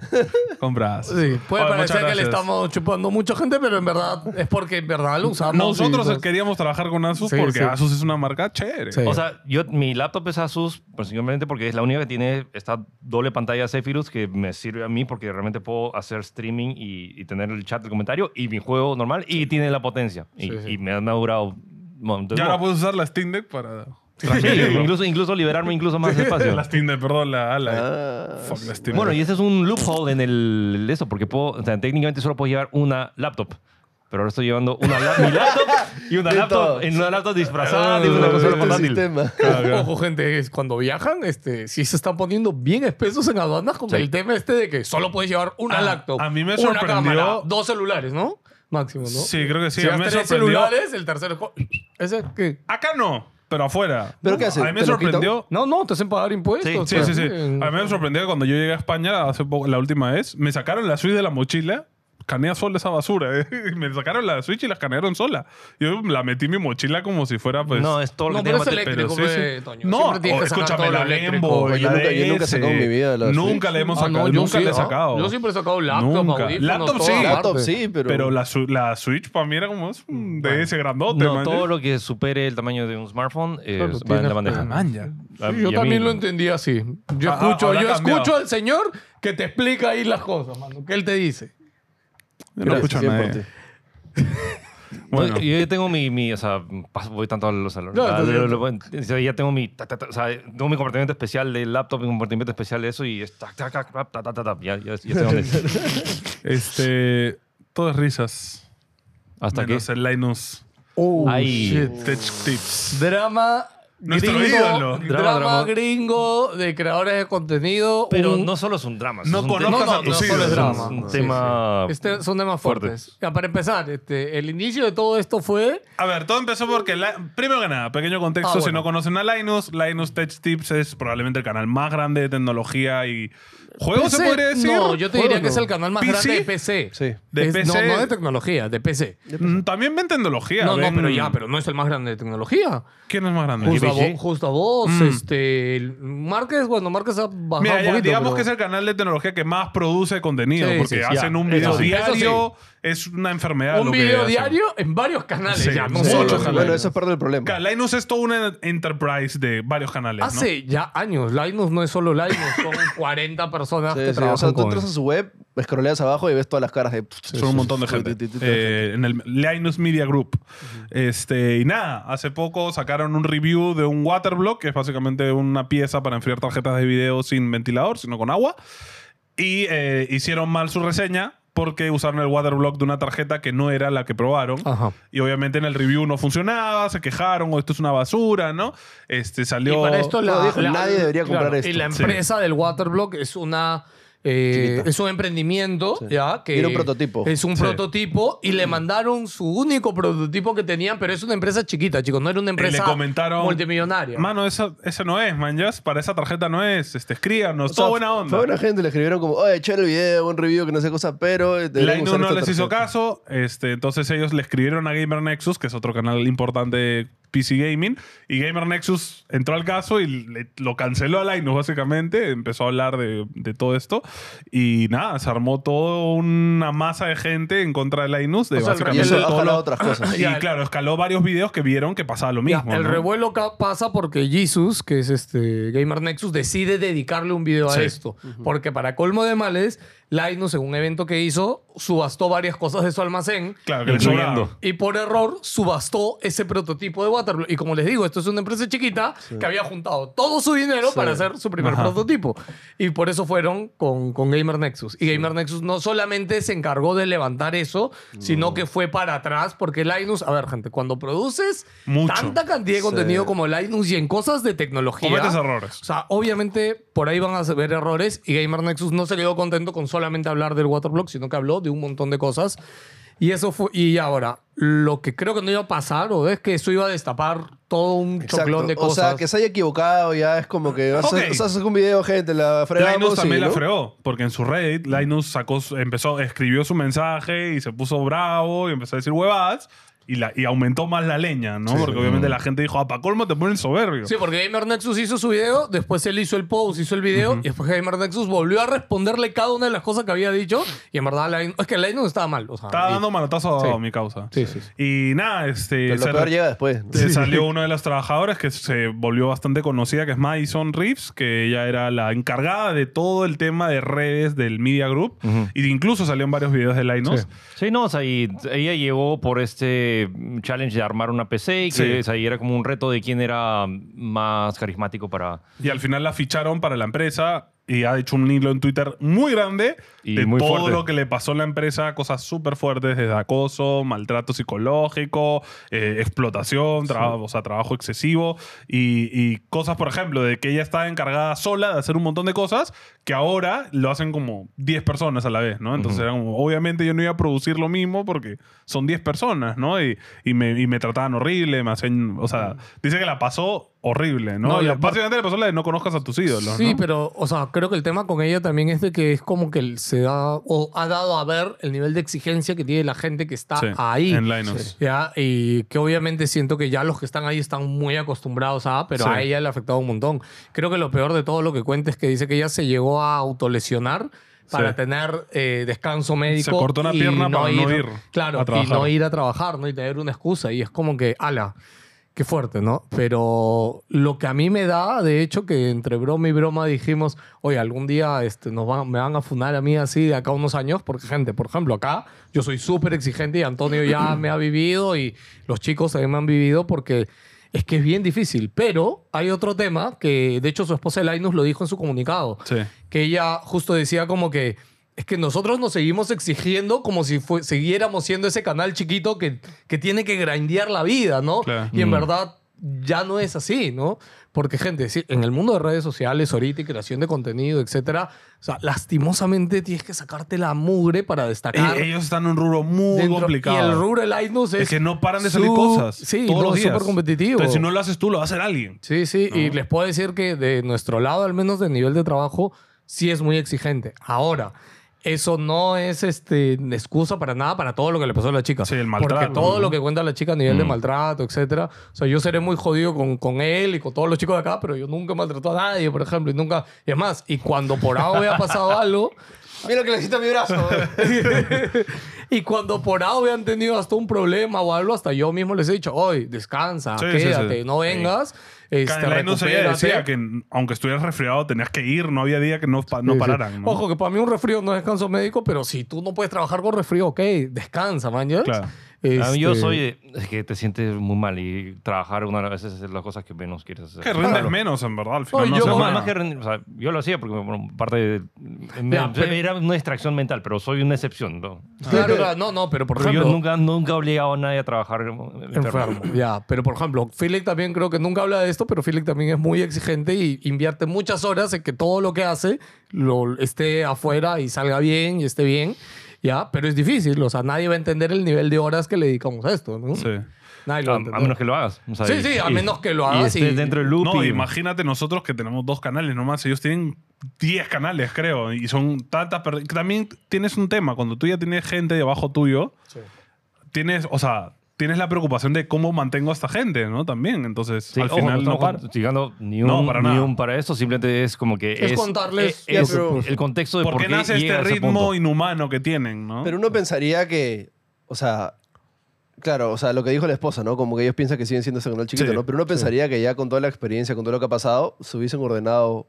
Speaker 1: Compras.
Speaker 3: Sí, puede parecer que le estamos chupando mucha gente, pero en verdad es porque en verdad lo usamos.
Speaker 1: Nosotros
Speaker 3: y, pues,
Speaker 1: queríamos trabajar con Asus
Speaker 3: Sí,
Speaker 1: porque
Speaker 3: sí.
Speaker 1: Asus es una marca chévere.
Speaker 3: Sí.
Speaker 4: O sea, yo, mi laptop es Asus, principalmente porque es la única que tiene esta doble pantalla Zephyrus que me sirve a mí porque realmente puedo hacer streaming y, y tener el chat, el comentario y mi juego normal y tiene la potencia. Y,
Speaker 3: Sí, sí.
Speaker 4: y me, ha- me ha durado. bueno, entonces,
Speaker 1: Ya ahora
Speaker 4: bueno,
Speaker 1: puedes usar la Steam Deck para.
Speaker 4: sí, incluso, incluso liberarme incluso más espacio.
Speaker 1: La Steam Deck, perdón, la ala.
Speaker 2: Ah,
Speaker 1: Fuck, la Steam
Speaker 4: Bueno,
Speaker 1: Deck.
Speaker 4: y ese es un loophole en el de eso, porque puedo, o sea, técnicamente solo puedo llevar una laptop. Pero ahora estoy llevando una la- mi laptop y una
Speaker 2: De todo.
Speaker 4: laptop en una laptop disfrazada de una
Speaker 1: Ah,
Speaker 4: consola
Speaker 1: este
Speaker 4: portátil.
Speaker 2: sistema.
Speaker 1: Claro, claro.
Speaker 3: Ojo, gente, es cuando viajan, este, sí se están poniendo bien espesos en aduanas con
Speaker 4: Sí.
Speaker 3: el tema este de que solo puedes llevar una
Speaker 1: Ah,
Speaker 3: laptop.
Speaker 1: a mí me
Speaker 3: una
Speaker 1: sorprendió-
Speaker 3: cámara, dos celulares, ¿no? Máximo, ¿no?
Speaker 1: Sí, creo que sí.
Speaker 3: Si
Speaker 1: a mí
Speaker 3: llevas
Speaker 1: me
Speaker 3: tres
Speaker 1: sorprendió.
Speaker 3: celulares, el tercero es co- ¿Ese qué?
Speaker 1: Acá no, pero afuera.
Speaker 2: ¿Pero qué hace?
Speaker 1: A mí me
Speaker 2: ¿Te lo quito?
Speaker 1: sorprendió.
Speaker 3: No, no, te hacen pagar impuestos.
Speaker 4: Sí,
Speaker 3: o
Speaker 1: Sí,
Speaker 3: sea,
Speaker 1: sí, sí.
Speaker 3: en-
Speaker 1: A mí me sorprendió que cuando yo llegué a España hace poco, la última vez, me sacaron la Switch de la mochila. Canea sola esa basura. eh. Me sacaron la Switch y la escanearon sola. Yo la metí en mi mochila como si fuera, pues.
Speaker 4: No, es todo lo
Speaker 3: No,
Speaker 4: que
Speaker 3: pero
Speaker 4: tiene
Speaker 3: es
Speaker 4: batería.
Speaker 3: eléctrico,
Speaker 1: sí, sí.
Speaker 3: pe, Toño.
Speaker 1: No,
Speaker 3: Siempre tienes
Speaker 1: o-
Speaker 3: que sacar
Speaker 1: escúchame,
Speaker 3: todo
Speaker 1: la
Speaker 3: lo eléctrico.
Speaker 1: Lembo,
Speaker 2: Oye,
Speaker 1: la
Speaker 2: nunca- yo nunca he
Speaker 1: DS,
Speaker 2: sacado en mi vida la
Speaker 1: Nunca
Speaker 2: Switch.
Speaker 1: le hemos
Speaker 3: Ah,
Speaker 1: sacado,
Speaker 3: no, yo
Speaker 1: nunca
Speaker 3: sí,
Speaker 1: le he
Speaker 3: ah,
Speaker 1: sacado.
Speaker 3: Yo siempre he sacado laptop,
Speaker 1: Nunca.
Speaker 3: audífonos,
Speaker 1: Laptop
Speaker 3: todo
Speaker 1: sí.
Speaker 3: aparte.
Speaker 2: Laptop sí, pero...
Speaker 1: Pero la, su- la Switch para mí era como es
Speaker 3: Mm,
Speaker 1: un DS grandote,
Speaker 4: No,
Speaker 1: man. ¿eh?
Speaker 4: todo lo que supere el tamaño de un smartphone eh,
Speaker 3: Claro,
Speaker 4: va en
Speaker 3: tiene-
Speaker 4: la bandeja.
Speaker 3: Ah,
Speaker 1: Man, ya.
Speaker 4: A-
Speaker 3: Sí,
Speaker 4: y
Speaker 3: yo
Speaker 4: a mí-
Speaker 3: también lo entendí así. Yo
Speaker 1: Ah, ah,
Speaker 3: escucho,
Speaker 1: habrá
Speaker 3: yo
Speaker 1: cambiado.
Speaker 3: escucho al señor que te explica ahí las cosas, mano. ¿Qué él te dice?
Speaker 1: Yo no
Speaker 2: Gracias,
Speaker 1: escucho a
Speaker 2: bien por
Speaker 1: nadie.
Speaker 2: ti.
Speaker 1: Bueno.
Speaker 4: No, yo ya tengo mi, mi, o sea, paso- voy tanto a los a los-
Speaker 3: No,
Speaker 4: a-
Speaker 3: está bien.
Speaker 4: lo- lo- o sea, ya tengo mi, ta, ta, ta, o sea, tengo mi compartimiento especial del laptop, mi compartimiento especial de eso y es tac, tac, tac, rap, ta, ta, ta, ta, ya, ya, ya sé dónde es.
Speaker 1: Este. Todo es risas.
Speaker 4: Hasta que
Speaker 1: menos el Linus
Speaker 3: Oh,
Speaker 4: Ahí.
Speaker 3: shit.
Speaker 1: Tech Tips.
Speaker 3: Drama
Speaker 1: Nuestro
Speaker 3: gringo.
Speaker 1: ídolo.
Speaker 3: Drama,
Speaker 4: Drama, drama.
Speaker 3: gringo de creadores de contenido.
Speaker 4: pero
Speaker 3: un-
Speaker 4: no solo es un drama.
Speaker 1: No
Speaker 4: es un
Speaker 1: conozcas
Speaker 4: tema-
Speaker 1: a tus
Speaker 4: solo es
Speaker 1: ídolos.
Speaker 4: drama, Es un
Speaker 3: Sí,
Speaker 4: tema...
Speaker 3: Este, son temas fuertes.
Speaker 4: Fuertes.
Speaker 3: Ya, para empezar, este, el inicio de todo esto fue.
Speaker 1: A ver, todo empezó porque, la- primero que nada, pequeño contexto,
Speaker 3: Ah, bueno.
Speaker 1: si no conocen a Linus, Linus Tech Tips es probablemente el canal más grande de tecnología y juegos, se
Speaker 3: PC.
Speaker 1: podría decir.
Speaker 3: No, yo te
Speaker 2: Juego
Speaker 3: diría que
Speaker 2: no.
Speaker 3: es el canal más
Speaker 1: ¿PC?
Speaker 3: grande de PC.
Speaker 2: Sí.
Speaker 1: De
Speaker 3: Es-
Speaker 1: PC.
Speaker 3: No, no de tecnología, de PC.
Speaker 1: Mm, También ven tecnología.
Speaker 3: No, no,
Speaker 1: ven-
Speaker 3: pero ya, pero no es el más grande de tecnología.
Speaker 1: ¿Quién es más grande?
Speaker 3: Justo a
Speaker 4: sí.
Speaker 3: vo- justo a vos.
Speaker 1: Mm.
Speaker 3: Este, el Márquez, bueno, Márquez ha bajado
Speaker 1: Mira,
Speaker 3: un
Speaker 1: ya,
Speaker 3: poquito.
Speaker 1: digamos
Speaker 3: pero-
Speaker 1: que es el canal de tecnología que más produce contenido,
Speaker 3: Sí,
Speaker 1: porque
Speaker 3: sí, sí,
Speaker 1: hacen
Speaker 4: ya.
Speaker 1: un video
Speaker 4: Eso sí,
Speaker 3: eso sí.
Speaker 1: diario, es una enfermedad.
Speaker 3: un
Speaker 1: lo que
Speaker 3: video
Speaker 1: hacen.
Speaker 3: diario en varios canales.
Speaker 1: Sí,
Speaker 3: ya, no
Speaker 1: sí,
Speaker 3: solo
Speaker 1: sí,
Speaker 3: en
Speaker 1: sí.
Speaker 3: Canal.
Speaker 2: Bueno, eso es parte del problema.
Speaker 1: Claro, Linus es toda una enterprise de varios canales, ¿no?
Speaker 3: Hace ya años. Linus no es solo Linus, son 40 personas
Speaker 2: Sí,
Speaker 3: que
Speaker 2: sí,
Speaker 3: trabajan
Speaker 2: o sea, tú
Speaker 3: con
Speaker 2: entras a su web, escroleas abajo y ves todas las caras de...
Speaker 1: Son un montón de gente. Eh, en el Linus Media Group. este, y nada, hace poco sacaron un review de un waterblock, que es básicamente una pieza para enfriar tarjetas de video sin ventilador, sino con agua. Y eh, hicieron mal su reseña porque usaron el waterblock de una tarjeta que no era la que probaron.
Speaker 3: Ajá.
Speaker 1: Y obviamente en el review no funcionaba, se quejaron, o esto es una basura, ¿no? Este,
Speaker 3: Y
Speaker 1: salió...
Speaker 3: para esto
Speaker 2: No,
Speaker 3: la-
Speaker 2: dijo,
Speaker 3: la-
Speaker 2: nadie debería comprar esto.
Speaker 3: Y la
Speaker 1: Sí.
Speaker 3: empresa del Waterblock es una... eh,
Speaker 2: Chiquita.
Speaker 3: es un emprendimiento ya que
Speaker 2: Era un prototipo. Mm.
Speaker 3: es un
Speaker 1: Sí.
Speaker 3: prototipo y le mandaron su único prototipo que tenían pero es una empresa chiquita chicos no era
Speaker 1: Y
Speaker 3: una
Speaker 1: le
Speaker 3: empresa
Speaker 1: comentaron,
Speaker 3: multimillonaria
Speaker 1: Mano, esa, ese no es, man. ya, Para esa tarjeta no es. Este, escríbanos. Toda buena onda.
Speaker 2: Fue buena gente, le escribieron como, oye, chévere el video, buen review, que no sé cosa, pero... eh, deberían
Speaker 1: Linus
Speaker 2: usar
Speaker 1: no
Speaker 2: esta
Speaker 1: les hizo
Speaker 2: tarjeta".
Speaker 1: caso, este, entonces ellos le escribieron a Gamer Nexus, que es otro canal importante de PC Gaming, y Gamer Nexus entró al caso y le- lo canceló a Linus, básicamente, empezó a hablar de, de todo esto, y nada, se armó toda una masa de gente en contra de Linus, de
Speaker 3: O sea, el
Speaker 2: Y
Speaker 1: básicamente
Speaker 2: eso
Speaker 3: También
Speaker 2: ha
Speaker 1: todo lo-
Speaker 2: jalado otras cosas.
Speaker 1: Y claro, escaló varios videos que vieron que pasaba lo
Speaker 3: Ya,
Speaker 1: mismo.
Speaker 3: el
Speaker 1: ¿no?
Speaker 3: revuelo ca- pasa porque Jesus, que es este Gamer Nexus, decide dedicarle un video a
Speaker 1: Sí.
Speaker 3: esto. Porque para colmo de males, Linus, en un evento que hizo, subastó varias cosas de su almacén.
Speaker 1: Claro, que le sobraba.
Speaker 4: Incluyendo.
Speaker 3: Y por error subastó ese prototipo de Waterloo. Y como les digo, esto es una empresa chiquita que había juntado todo su dinero para hacer su primer
Speaker 1: Ajá.
Speaker 3: prototipo. Y por eso fueron con, con Gamer Nexus. Y Gamer Nexus no solamente se encargó de levantar eso, sino que fue para atrás porque Linus, a ver gente, cuando produces
Speaker 1: Mucho.
Speaker 3: tanta cantidad de contenido como Linus y en cosas de tecnología...
Speaker 1: Cometes errores.
Speaker 3: O sea, obviamente por ahí van a ver errores y Gamer Nexus no se quedó contento con solamente hablar del Waterblock, sino que habló de un montón de cosas. Y eso fue. Y ahora, lo que creo que no iba a pasar o es que eso iba a destapar todo un
Speaker 2: Exacto.
Speaker 3: choclón de
Speaker 2: O
Speaker 3: cosas.
Speaker 2: sea, que se haya equivocado ya es como que vas a-
Speaker 1: Ok.
Speaker 2: vas a hacer un video, gente, la fregamos
Speaker 1: Linus también
Speaker 2: y,
Speaker 1: la
Speaker 2: ¿no?
Speaker 1: fregó, porque en su Reddit Linus sacó, su- empezó, escribió su mensaje y se puso bravo y empezó a decir huevadas y, la, y aumentó más la leña, ¿no? porque obviamente la gente dijo, ah, pa' colmo te ponen soberbio.
Speaker 3: Mm. Sí, porque Gamer Nexus hizo su video, después él hizo el post, hizo el video, y después Gamer Nexus volvió a responderle cada una de las cosas que había dicho. Y en verdad, Linus- es que Linus estaba mal. O sea,
Speaker 1: Estaba
Speaker 3: y-
Speaker 1: dando manotazo a
Speaker 3: Sí.
Speaker 1: mi causa.
Speaker 3: Sí, sí, sí.
Speaker 1: Y nada, este...
Speaker 2: Pero
Speaker 1: se-
Speaker 2: lo peor llega después. ¿no?
Speaker 1: se Salió uno de los trabajadores que se volvió bastante conocida, que es Madison Reeves, que ella era la encargada de todo el tema de redes del Media Group. Y incluso salió en varios videos de Linus.
Speaker 4: Sí, no, o sea, y ella llegó por este challenge de armar una PC y que
Speaker 1: Sí.
Speaker 4: o sea, y era como un reto de quién era más carismático para...
Speaker 1: Y al final la ficharon para la empresa y ha hecho un hilo en Twitter muy grande
Speaker 4: Y
Speaker 1: de
Speaker 4: muy
Speaker 1: todo
Speaker 4: fuerte.
Speaker 1: lo que le pasó a la empresa, cosas súper fuertes, desde acoso, maltrato psicológico, eh, explotación, trabajo, o sea, trabajo excesivo y, y cosas, por ejemplo, de que ella estaba encargada sola de hacer un montón de cosas que ahora lo hacen como 10 personas a la vez, ¿no? Entonces era como, obviamente yo no iba a producir lo mismo porque son 10 personas, ¿no? Y, y me, y me trataban horrible, me hacían, o sea, dice que la pasó horrible, ¿no?
Speaker 3: No, y
Speaker 1: La-
Speaker 3: aparte-
Speaker 1: Básicamente le pasó la de pues, no conozcas a tus ídolos.
Speaker 3: Sí,
Speaker 1: ¿no?
Speaker 3: pero, o sea, creo que el tema con ella también es de que es como que se da o ha dado a ver el nivel de exigencia que tiene la gente que está
Speaker 1: Sí,
Speaker 3: ahí.
Speaker 1: En Linus.
Speaker 3: Ya, y que obviamente siento que ya los que están ahí están muy acostumbrados a, pero
Speaker 1: Sí.
Speaker 3: a ella le ha afectado un montón. Creo que lo peor de todo lo que cuenta es que dice que ella se llegó a autolesionar para
Speaker 1: Sí.
Speaker 3: tener eh, descanso médico.
Speaker 1: Se cortó una
Speaker 3: y
Speaker 1: pierna para no ir
Speaker 3: Claro,
Speaker 1: a
Speaker 3: y
Speaker 1: trabajar.
Speaker 3: no ir a trabajar, ¿no? Y tener una excusa. Y es como que, ala, qué fuerte, ¿no? Pero lo que a mí me da, de hecho, que entre broma y broma dijimos, oye, algún día este, nos van, me van a funar a mí así de acá a unos años, porque, gente, por ejemplo, acá yo soy súper exigente y Antonio ya me ha vivido y los chicos también me han vivido porque. Es que es bien difícil, pero hay otro tema que, de hecho, su esposa Linus lo dijo en su comunicado
Speaker 1: Sí.
Speaker 3: que ella justo decía como que es que nosotros nos seguimos exigiendo como si fue- siguiéramos siendo ese canal chiquito que, que tiene que grindear la vida, ¿no?
Speaker 1: Claro.
Speaker 3: Y en
Speaker 4: Mm.
Speaker 3: verdad ya no es así, ¿no? Porque, gente, sí, en el mundo de redes sociales ahorita y creación de contenido, etcétera, o sea, lastimosamente tienes que sacarte la mugre para destacar.
Speaker 1: E- Ellos están en un rubro muy
Speaker 3: dentro-
Speaker 1: complicado.
Speaker 3: Y el rubro de Linus es...
Speaker 1: es que no paran de salir
Speaker 3: su-
Speaker 1: cosas.
Speaker 3: Sí,
Speaker 1: todos
Speaker 3: no,
Speaker 1: los
Speaker 3: es
Speaker 1: días.
Speaker 3: súper competitivo.
Speaker 1: Entonces, si no lo haces tú, lo va a hacer alguien.
Speaker 3: Sí, sí, y les puedo decir que de nuestro lado, al menos de nivel de trabajo, sí es muy exigente. Ahora, eso no es este, excusa para nada para todo lo que le pasó a la chica.
Speaker 1: Sí, el
Speaker 3: Porque
Speaker 1: maltrato,
Speaker 3: todo
Speaker 1: ¿no? Mm.
Speaker 3: lo que cuenta la chica a nivel de maltrato, etcétera. O sea, yo seré muy jodido con, con él y con todos los chicos de acá, pero yo nunca maltrato a nadie, por ejemplo. Y nunca. Y es más, y cuando por A o B ha pasado algo.
Speaker 2: Mira lo que le hiciste a mi brazo.
Speaker 3: y cuando por A o B han tenido hasta un problema o algo, hasta yo mismo les he dicho, hoy descansa,
Speaker 1: Sí, sí, sí.
Speaker 3: quédate, no vengas. Este,
Speaker 1: Caroline no se
Speaker 3: recupérate".
Speaker 1: decía que aunque estuvieras resfriado tenías que ir, no había día que no, pa- no
Speaker 3: Sí, sí.
Speaker 1: pararan. ¿no?
Speaker 3: Ojo, que para mí un resfrío no es descanso médico, pero si tú no puedes trabajar con resfrío, ok, descansa, man. ¿ya?
Speaker 1: Claro.
Speaker 4: A mí yo
Speaker 3: Este,
Speaker 4: soy de- es que te sientes muy mal y trabajar una de las veces es las cosas que menos quieres hacer.
Speaker 1: Que rindes menos, en verdad, al final.
Speaker 3: Oye,
Speaker 1: no
Speaker 3: yo-
Speaker 1: haces
Speaker 4: No,
Speaker 1: nada.
Speaker 4: más que rendir, o sea, yo lo hacía porque bueno, parte de,
Speaker 3: Ya, pero-
Speaker 4: era una distracción mental, pero soy una excepción. ¿no?
Speaker 3: Claro, claro, no, no, pero por
Speaker 4: Pero
Speaker 3: ejemplo.
Speaker 4: yo nunca, nunca he obligado a nadie a trabajar enfermo.
Speaker 3: Enfermo, ya. Pero por ejemplo, Philip también creo que nunca habla de esto, pero Philip también es muy exigente y invierte muchas horas en que todo lo que hace lo esté afuera y salga bien y esté bien, ya. Pero es difícil, o sea, nadie va a entender el nivel de horas que le dedicamos a esto, ¿no?
Speaker 1: Sí.
Speaker 3: Nadie lo va
Speaker 4: A, a
Speaker 3: a entender.
Speaker 4: menos que lo hagas. o sea,
Speaker 3: Sí,
Speaker 4: y-
Speaker 3: sí, a
Speaker 4: y-
Speaker 3: menos que lo hagas
Speaker 4: Y estés
Speaker 3: y-
Speaker 4: dentro del loop.
Speaker 1: No,
Speaker 4: y-
Speaker 1: imagínate nosotros que tenemos dos canales nomás. Ellos tienen 10 canales, creo. Y son tantas. per- También tienes un tema. Cuando tú ya tienes gente debajo tuyo, tienes, o sea, tienes la preocupación de cómo mantengo a esta gente, ¿no? También. Entonces,
Speaker 4: Sí,
Speaker 1: al
Speaker 4: ojo,
Speaker 1: final
Speaker 4: no
Speaker 1: no
Speaker 4: estamos
Speaker 1: para.
Speaker 4: justificando ni un,
Speaker 1: No, para
Speaker 4: ni
Speaker 1: nada.
Speaker 4: un para eso, simplemente es como que
Speaker 3: Es contarles-
Speaker 4: es- es
Speaker 2: Ya, pero-
Speaker 4: el contexto de
Speaker 1: ¿Por
Speaker 4: por,
Speaker 1: qué nace
Speaker 4: llega
Speaker 1: este
Speaker 4: a ese punto.
Speaker 1: ritmo inhumano que tienen, no?
Speaker 2: Pero uno pensaría que, o sea, claro, o sea, lo que dijo la esposa, ¿no? Como que ellos piensan que siguen siendo ese canal chiquito,
Speaker 1: Sí,
Speaker 2: ¿no? Pero uno pensaría que ya con toda la experiencia, con todo lo que ha pasado, se hubiesen ordenado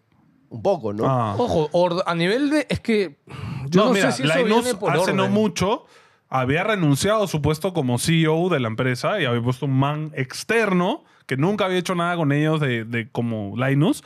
Speaker 2: un poco, ¿no?
Speaker 1: Ah.
Speaker 3: Ojo, or- a nivel de. Es que. Yo no,
Speaker 1: no, mira,
Speaker 3: sé si eso
Speaker 1: Linus
Speaker 3: viene por
Speaker 1: hace
Speaker 3: orden.
Speaker 1: no mucho había renunciado a su puesto como CEO de la empresa y había puesto un man externo que nunca había hecho nada con ellos de, de como Linus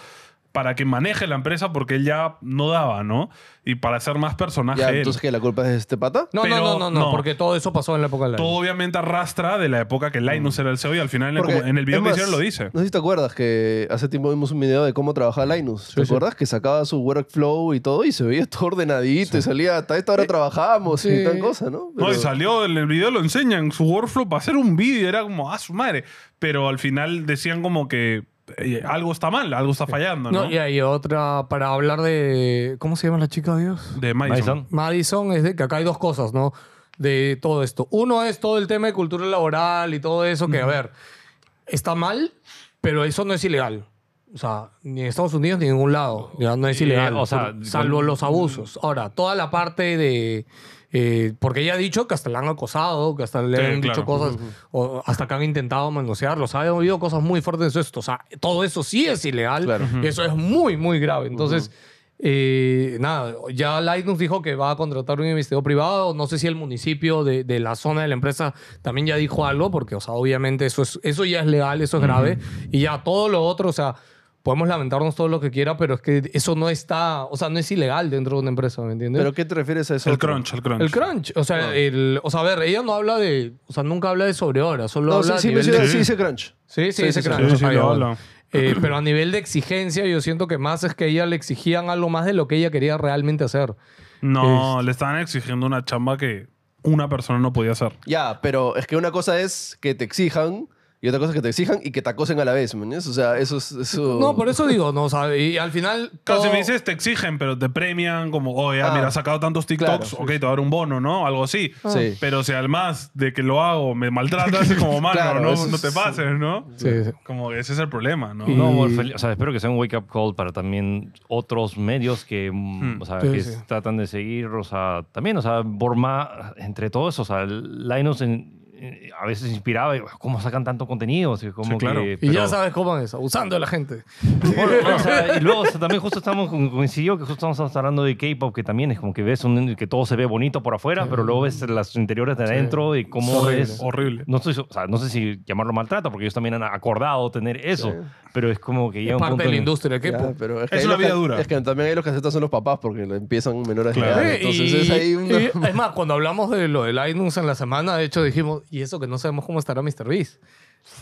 Speaker 1: para que maneje la empresa porque él ya no daba, ¿no? Y para ser más personaje
Speaker 2: Ya,
Speaker 1: él.
Speaker 2: entonces que la culpa es de este pata.
Speaker 3: No,
Speaker 1: Pero
Speaker 3: no, no, no, no,
Speaker 1: no.
Speaker 3: porque todo eso pasó en la época de la
Speaker 1: Todo obviamente arrastra de la época que Linus era el CEO y al final en el-
Speaker 2: Mm. Porque,
Speaker 1: en el video
Speaker 2: es
Speaker 1: que
Speaker 2: más,
Speaker 1: hicieron lo dice.
Speaker 2: No sé si te acuerdas que hace tiempo vimos un video de cómo trabajaba Linus.
Speaker 3: Sí,
Speaker 2: ¿Te
Speaker 3: sí.
Speaker 2: acuerdas? Que sacaba su workflow y todo y se veía todo ordenadito y salía hasta esta hora trabajamos
Speaker 3: sí.
Speaker 2: y tal cosa, ¿no?
Speaker 1: Eh, No, y
Speaker 2: Pero-
Speaker 1: salió en el video, lo enseñan, su workflow para hacer un vídeo, era como, ah, su madre. Pero al final decían como que eh, algo está mal, algo está fallando, ¿no?
Speaker 3: No, y hay otra para hablar de. ¿Cómo se llama la chica, Dios?
Speaker 1: De Madison.
Speaker 4: Madison.
Speaker 3: Madison es de que acá hay dos cosas, ¿no? De todo esto. Uno es todo el tema de cultura laboral y todo eso, que a ver, está mal, pero eso no es ilegal. O sea, ni en Estados Unidos ni en ningún lado. Ya no es
Speaker 4: Eh,
Speaker 3: ilegal.
Speaker 4: o sea,
Speaker 3: por- salvo
Speaker 4: con-
Speaker 3: los abusos. Ahora, toda la parte de. eh, porque ella ha dicho que hasta la han acosado, que hasta le
Speaker 1: Sí,
Speaker 3: han
Speaker 1: claro.
Speaker 3: dicho cosas, o hasta que han intentado manosearlo. O sea, ha habido cosas muy fuertes de esto. O sea, todo eso sí es ilegal.
Speaker 2: Claro.
Speaker 3: Y eso es muy, muy grave. Entonces, eh, nada, ya Linus dijo que va a contratar un investigador privado. No sé si el municipio de, de la zona de la empresa también ya dijo algo, porque, o sea, obviamente eso, es, eso ya es legal, eso es grave. Y ya todo lo otro, o sea, podemos lamentarnos todo lo que quiera, pero es que eso no está, o sea, no es ilegal dentro de una empresa, ¿me entiendes?
Speaker 2: ¿Pero qué te refieres a eso?
Speaker 1: El crunch, el crunch.
Speaker 3: el crunch, o sea,
Speaker 4: Ah.
Speaker 3: el, o sea, a ver, ella no habla de, o sea, nunca habla de sobrehoras, solo
Speaker 2: No, sí,
Speaker 3: habla
Speaker 2: sí,
Speaker 3: de,
Speaker 2: me
Speaker 1: de-
Speaker 2: sí, sí dice crunch.
Speaker 3: Sí, sí,
Speaker 2: Sí,
Speaker 3: ese
Speaker 2: sí,
Speaker 3: cráneo.
Speaker 1: sí, sí,
Speaker 3: Ah,
Speaker 1: lo
Speaker 3: ya,
Speaker 1: habla.
Speaker 3: bueno. Eh, pero a nivel de exigencia, yo siento que más es que a ella le exigían algo más de lo que ella quería realmente hacer.
Speaker 1: No, le estaban exigiendo una chamba que una persona no podía hacer.
Speaker 2: Ya, pero es que una cosa es que te exijan y otra cosa es que te exijan y que te acosen a la vez, ¿me entiendes? O sea, eso es... Eso...
Speaker 3: No, por eso digo, no, o sea, y al final.
Speaker 1: Casi
Speaker 3: todo-
Speaker 1: me dices, te exigen, pero te premian como, oye, ah,
Speaker 2: Ah,
Speaker 1: mira, has sacado tantos TikToks,
Speaker 2: claro,
Speaker 1: ok, te voy a dar un bono, ¿no? Algo así.
Speaker 2: Sí.
Speaker 1: Pero si además de que lo hago, me maltratas, es como, mano,
Speaker 2: Claro,
Speaker 1: no,
Speaker 2: eso
Speaker 1: no te
Speaker 2: es-
Speaker 1: pases, ¿no?
Speaker 3: Sí, sí.
Speaker 1: Como que ese es el problema, ¿no?
Speaker 3: Y-
Speaker 4: No, bueno, fel- o sea, espero que sea un wake up call para también otros medios que, mm, o sea,
Speaker 3: Sí,
Speaker 4: que
Speaker 3: sí.
Speaker 4: tratan de seguir, o sea, también, o sea, Borma, entre todos, o sea, Linus en- en- a veces inspiraba, y, ¿cómo sacan tanto contenido? O sea, como
Speaker 1: Sí, claro. Y
Speaker 4: que-
Speaker 3: Y
Speaker 4: pero-
Speaker 3: ya sabes cómo es, abusando de la gente.
Speaker 4: Bueno, o sea, y luego o sea, también justo estamos con- coincidió que justo estamos hablando de K-pop que también es como que ves un- que todo se ve bonito por afuera pero luego ves las interiores de adentro y cómo
Speaker 3: Horrible.
Speaker 4: es
Speaker 1: Horrible.
Speaker 4: no, estoy- o sea, no sé si llamarlo maltrato porque ellos también han acordado tener eso pero es como que llega
Speaker 3: Es
Speaker 4: un
Speaker 3: parte
Speaker 4: punto
Speaker 3: de la
Speaker 4: en-
Speaker 3: industria. ¿qué?
Speaker 2: Ya, pero es que
Speaker 1: Es
Speaker 2: ahí
Speaker 1: una
Speaker 2: los
Speaker 1: vida
Speaker 2: ca-
Speaker 1: dura.
Speaker 2: Es que también ahí los que aceptan son los papás porque lo empiezan menores
Speaker 1: Claro.
Speaker 2: de
Speaker 3: Sí,
Speaker 2: edad. Entonces
Speaker 3: y-
Speaker 2: es ahí una...
Speaker 3: y es más, cuando hablamos de lo de Linux en la semana, de hecho dijimos, y eso que no sabemos cómo estará Mr. Beast.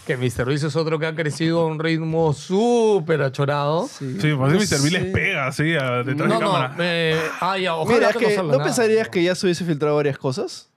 Speaker 3: Que Mr. Beast es otro que ha crecido a un ritmo súper achorado.
Speaker 1: Sí, parece que Mr. Bill les
Speaker 2: sé.
Speaker 1: pega así a- detrás
Speaker 3: No,
Speaker 1: de
Speaker 3: no,
Speaker 1: cámara.
Speaker 3: eh, ah, ya, ojalá
Speaker 2: Mira, es
Speaker 3: que
Speaker 2: que,
Speaker 3: salga
Speaker 2: ¿no
Speaker 3: nada.
Speaker 2: pensarías que ya se hubiese filtrado varias cosas?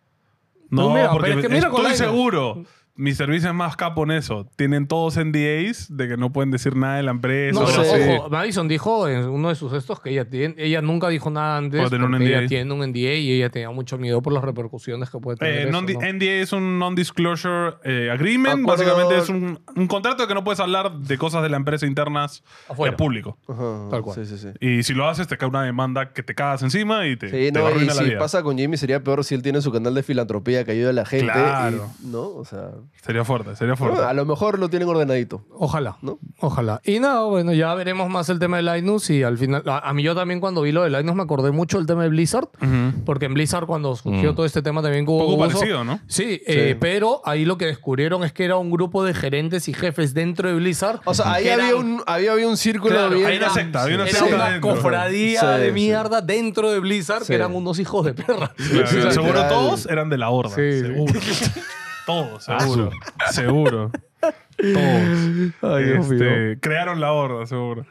Speaker 1: No,
Speaker 3: No, mira,
Speaker 1: porque
Speaker 3: pero es que mira con
Speaker 1: estoy
Speaker 3: Linus.
Speaker 1: seguro mi servicio es más capo en eso. Tienen todos NDAs de que no pueden decir nada de la empresa.
Speaker 3: No,
Speaker 1: o
Speaker 3: pero
Speaker 1: algo así.
Speaker 3: ojo, Madison dijo en uno de sus estos que ella, tiene, ella nunca dijo nada antes
Speaker 1: Por tener un
Speaker 3: porque ella
Speaker 1: NDA.
Speaker 3: tiene un NDA y ella tenía mucho miedo por las repercusiones que puede tener
Speaker 1: Eh,
Speaker 3: eso,
Speaker 1: non-
Speaker 3: ¿no?
Speaker 1: NDA es un non-disclosure eh, agreement.
Speaker 2: Acuerdo-
Speaker 1: Básicamente es un, un contrato de que no puedes hablar de cosas de la empresa internas
Speaker 3: Afuera.
Speaker 1: al público.
Speaker 2: Ajá,
Speaker 3: Tal cual.
Speaker 2: Sí, sí, sí.
Speaker 1: Y si lo haces, te cae una demanda que te cagas encima y te, te
Speaker 2: Sí, no, y
Speaker 1: arruina la
Speaker 2: si
Speaker 1: vida.
Speaker 2: pasa con Jimmy sería peor si él tiene su canal de filantropía que ayuda a la gente.
Speaker 1: Claro.
Speaker 2: y- ¿No? O sea.
Speaker 1: Sería fuerte, sería fuerte.
Speaker 2: bueno, a lo mejor lo tienen ordenadito.
Speaker 3: Ojalá,
Speaker 2: ¿No?
Speaker 3: ojalá. Y nada, bueno, ya veremos más el tema de Linus y al final, a, a mí yo también cuando vi lo de Linus me acordé mucho del tema de Blizzard,
Speaker 1: Ujú.
Speaker 3: porque en Blizzard cuando surgió
Speaker 4: Mm.
Speaker 3: todo este tema también hubo...
Speaker 1: Un poco
Speaker 3: hubo eso.
Speaker 1: parecido, ¿no?
Speaker 3: Sí, eh, pero ahí lo que descubrieron es que era un grupo de gerentes y jefes dentro de Blizzard.
Speaker 2: O sea, ahí
Speaker 3: que
Speaker 2: había
Speaker 3: eran-
Speaker 2: un, había, había un círculo
Speaker 3: Claro,
Speaker 2: bien.
Speaker 1: Hay una secta, hay una
Speaker 3: Era
Speaker 1: secta
Speaker 3: una
Speaker 1: dentro.
Speaker 3: cofradía
Speaker 2: Sí,
Speaker 3: de
Speaker 2: sí.
Speaker 3: mierda dentro de Blizzard
Speaker 2: Sí.
Speaker 3: que eran unos hijos de perra.
Speaker 1: Claro,
Speaker 2: Sí,
Speaker 1: seguro
Speaker 2: literal.
Speaker 1: todos eran de la horda.
Speaker 3: Sí. Ah,
Speaker 1: Seguro. todos, seguro. seguro. Todos.
Speaker 3: Ay, Dios
Speaker 1: Este,
Speaker 3: mío.
Speaker 1: crearon la horda, seguro.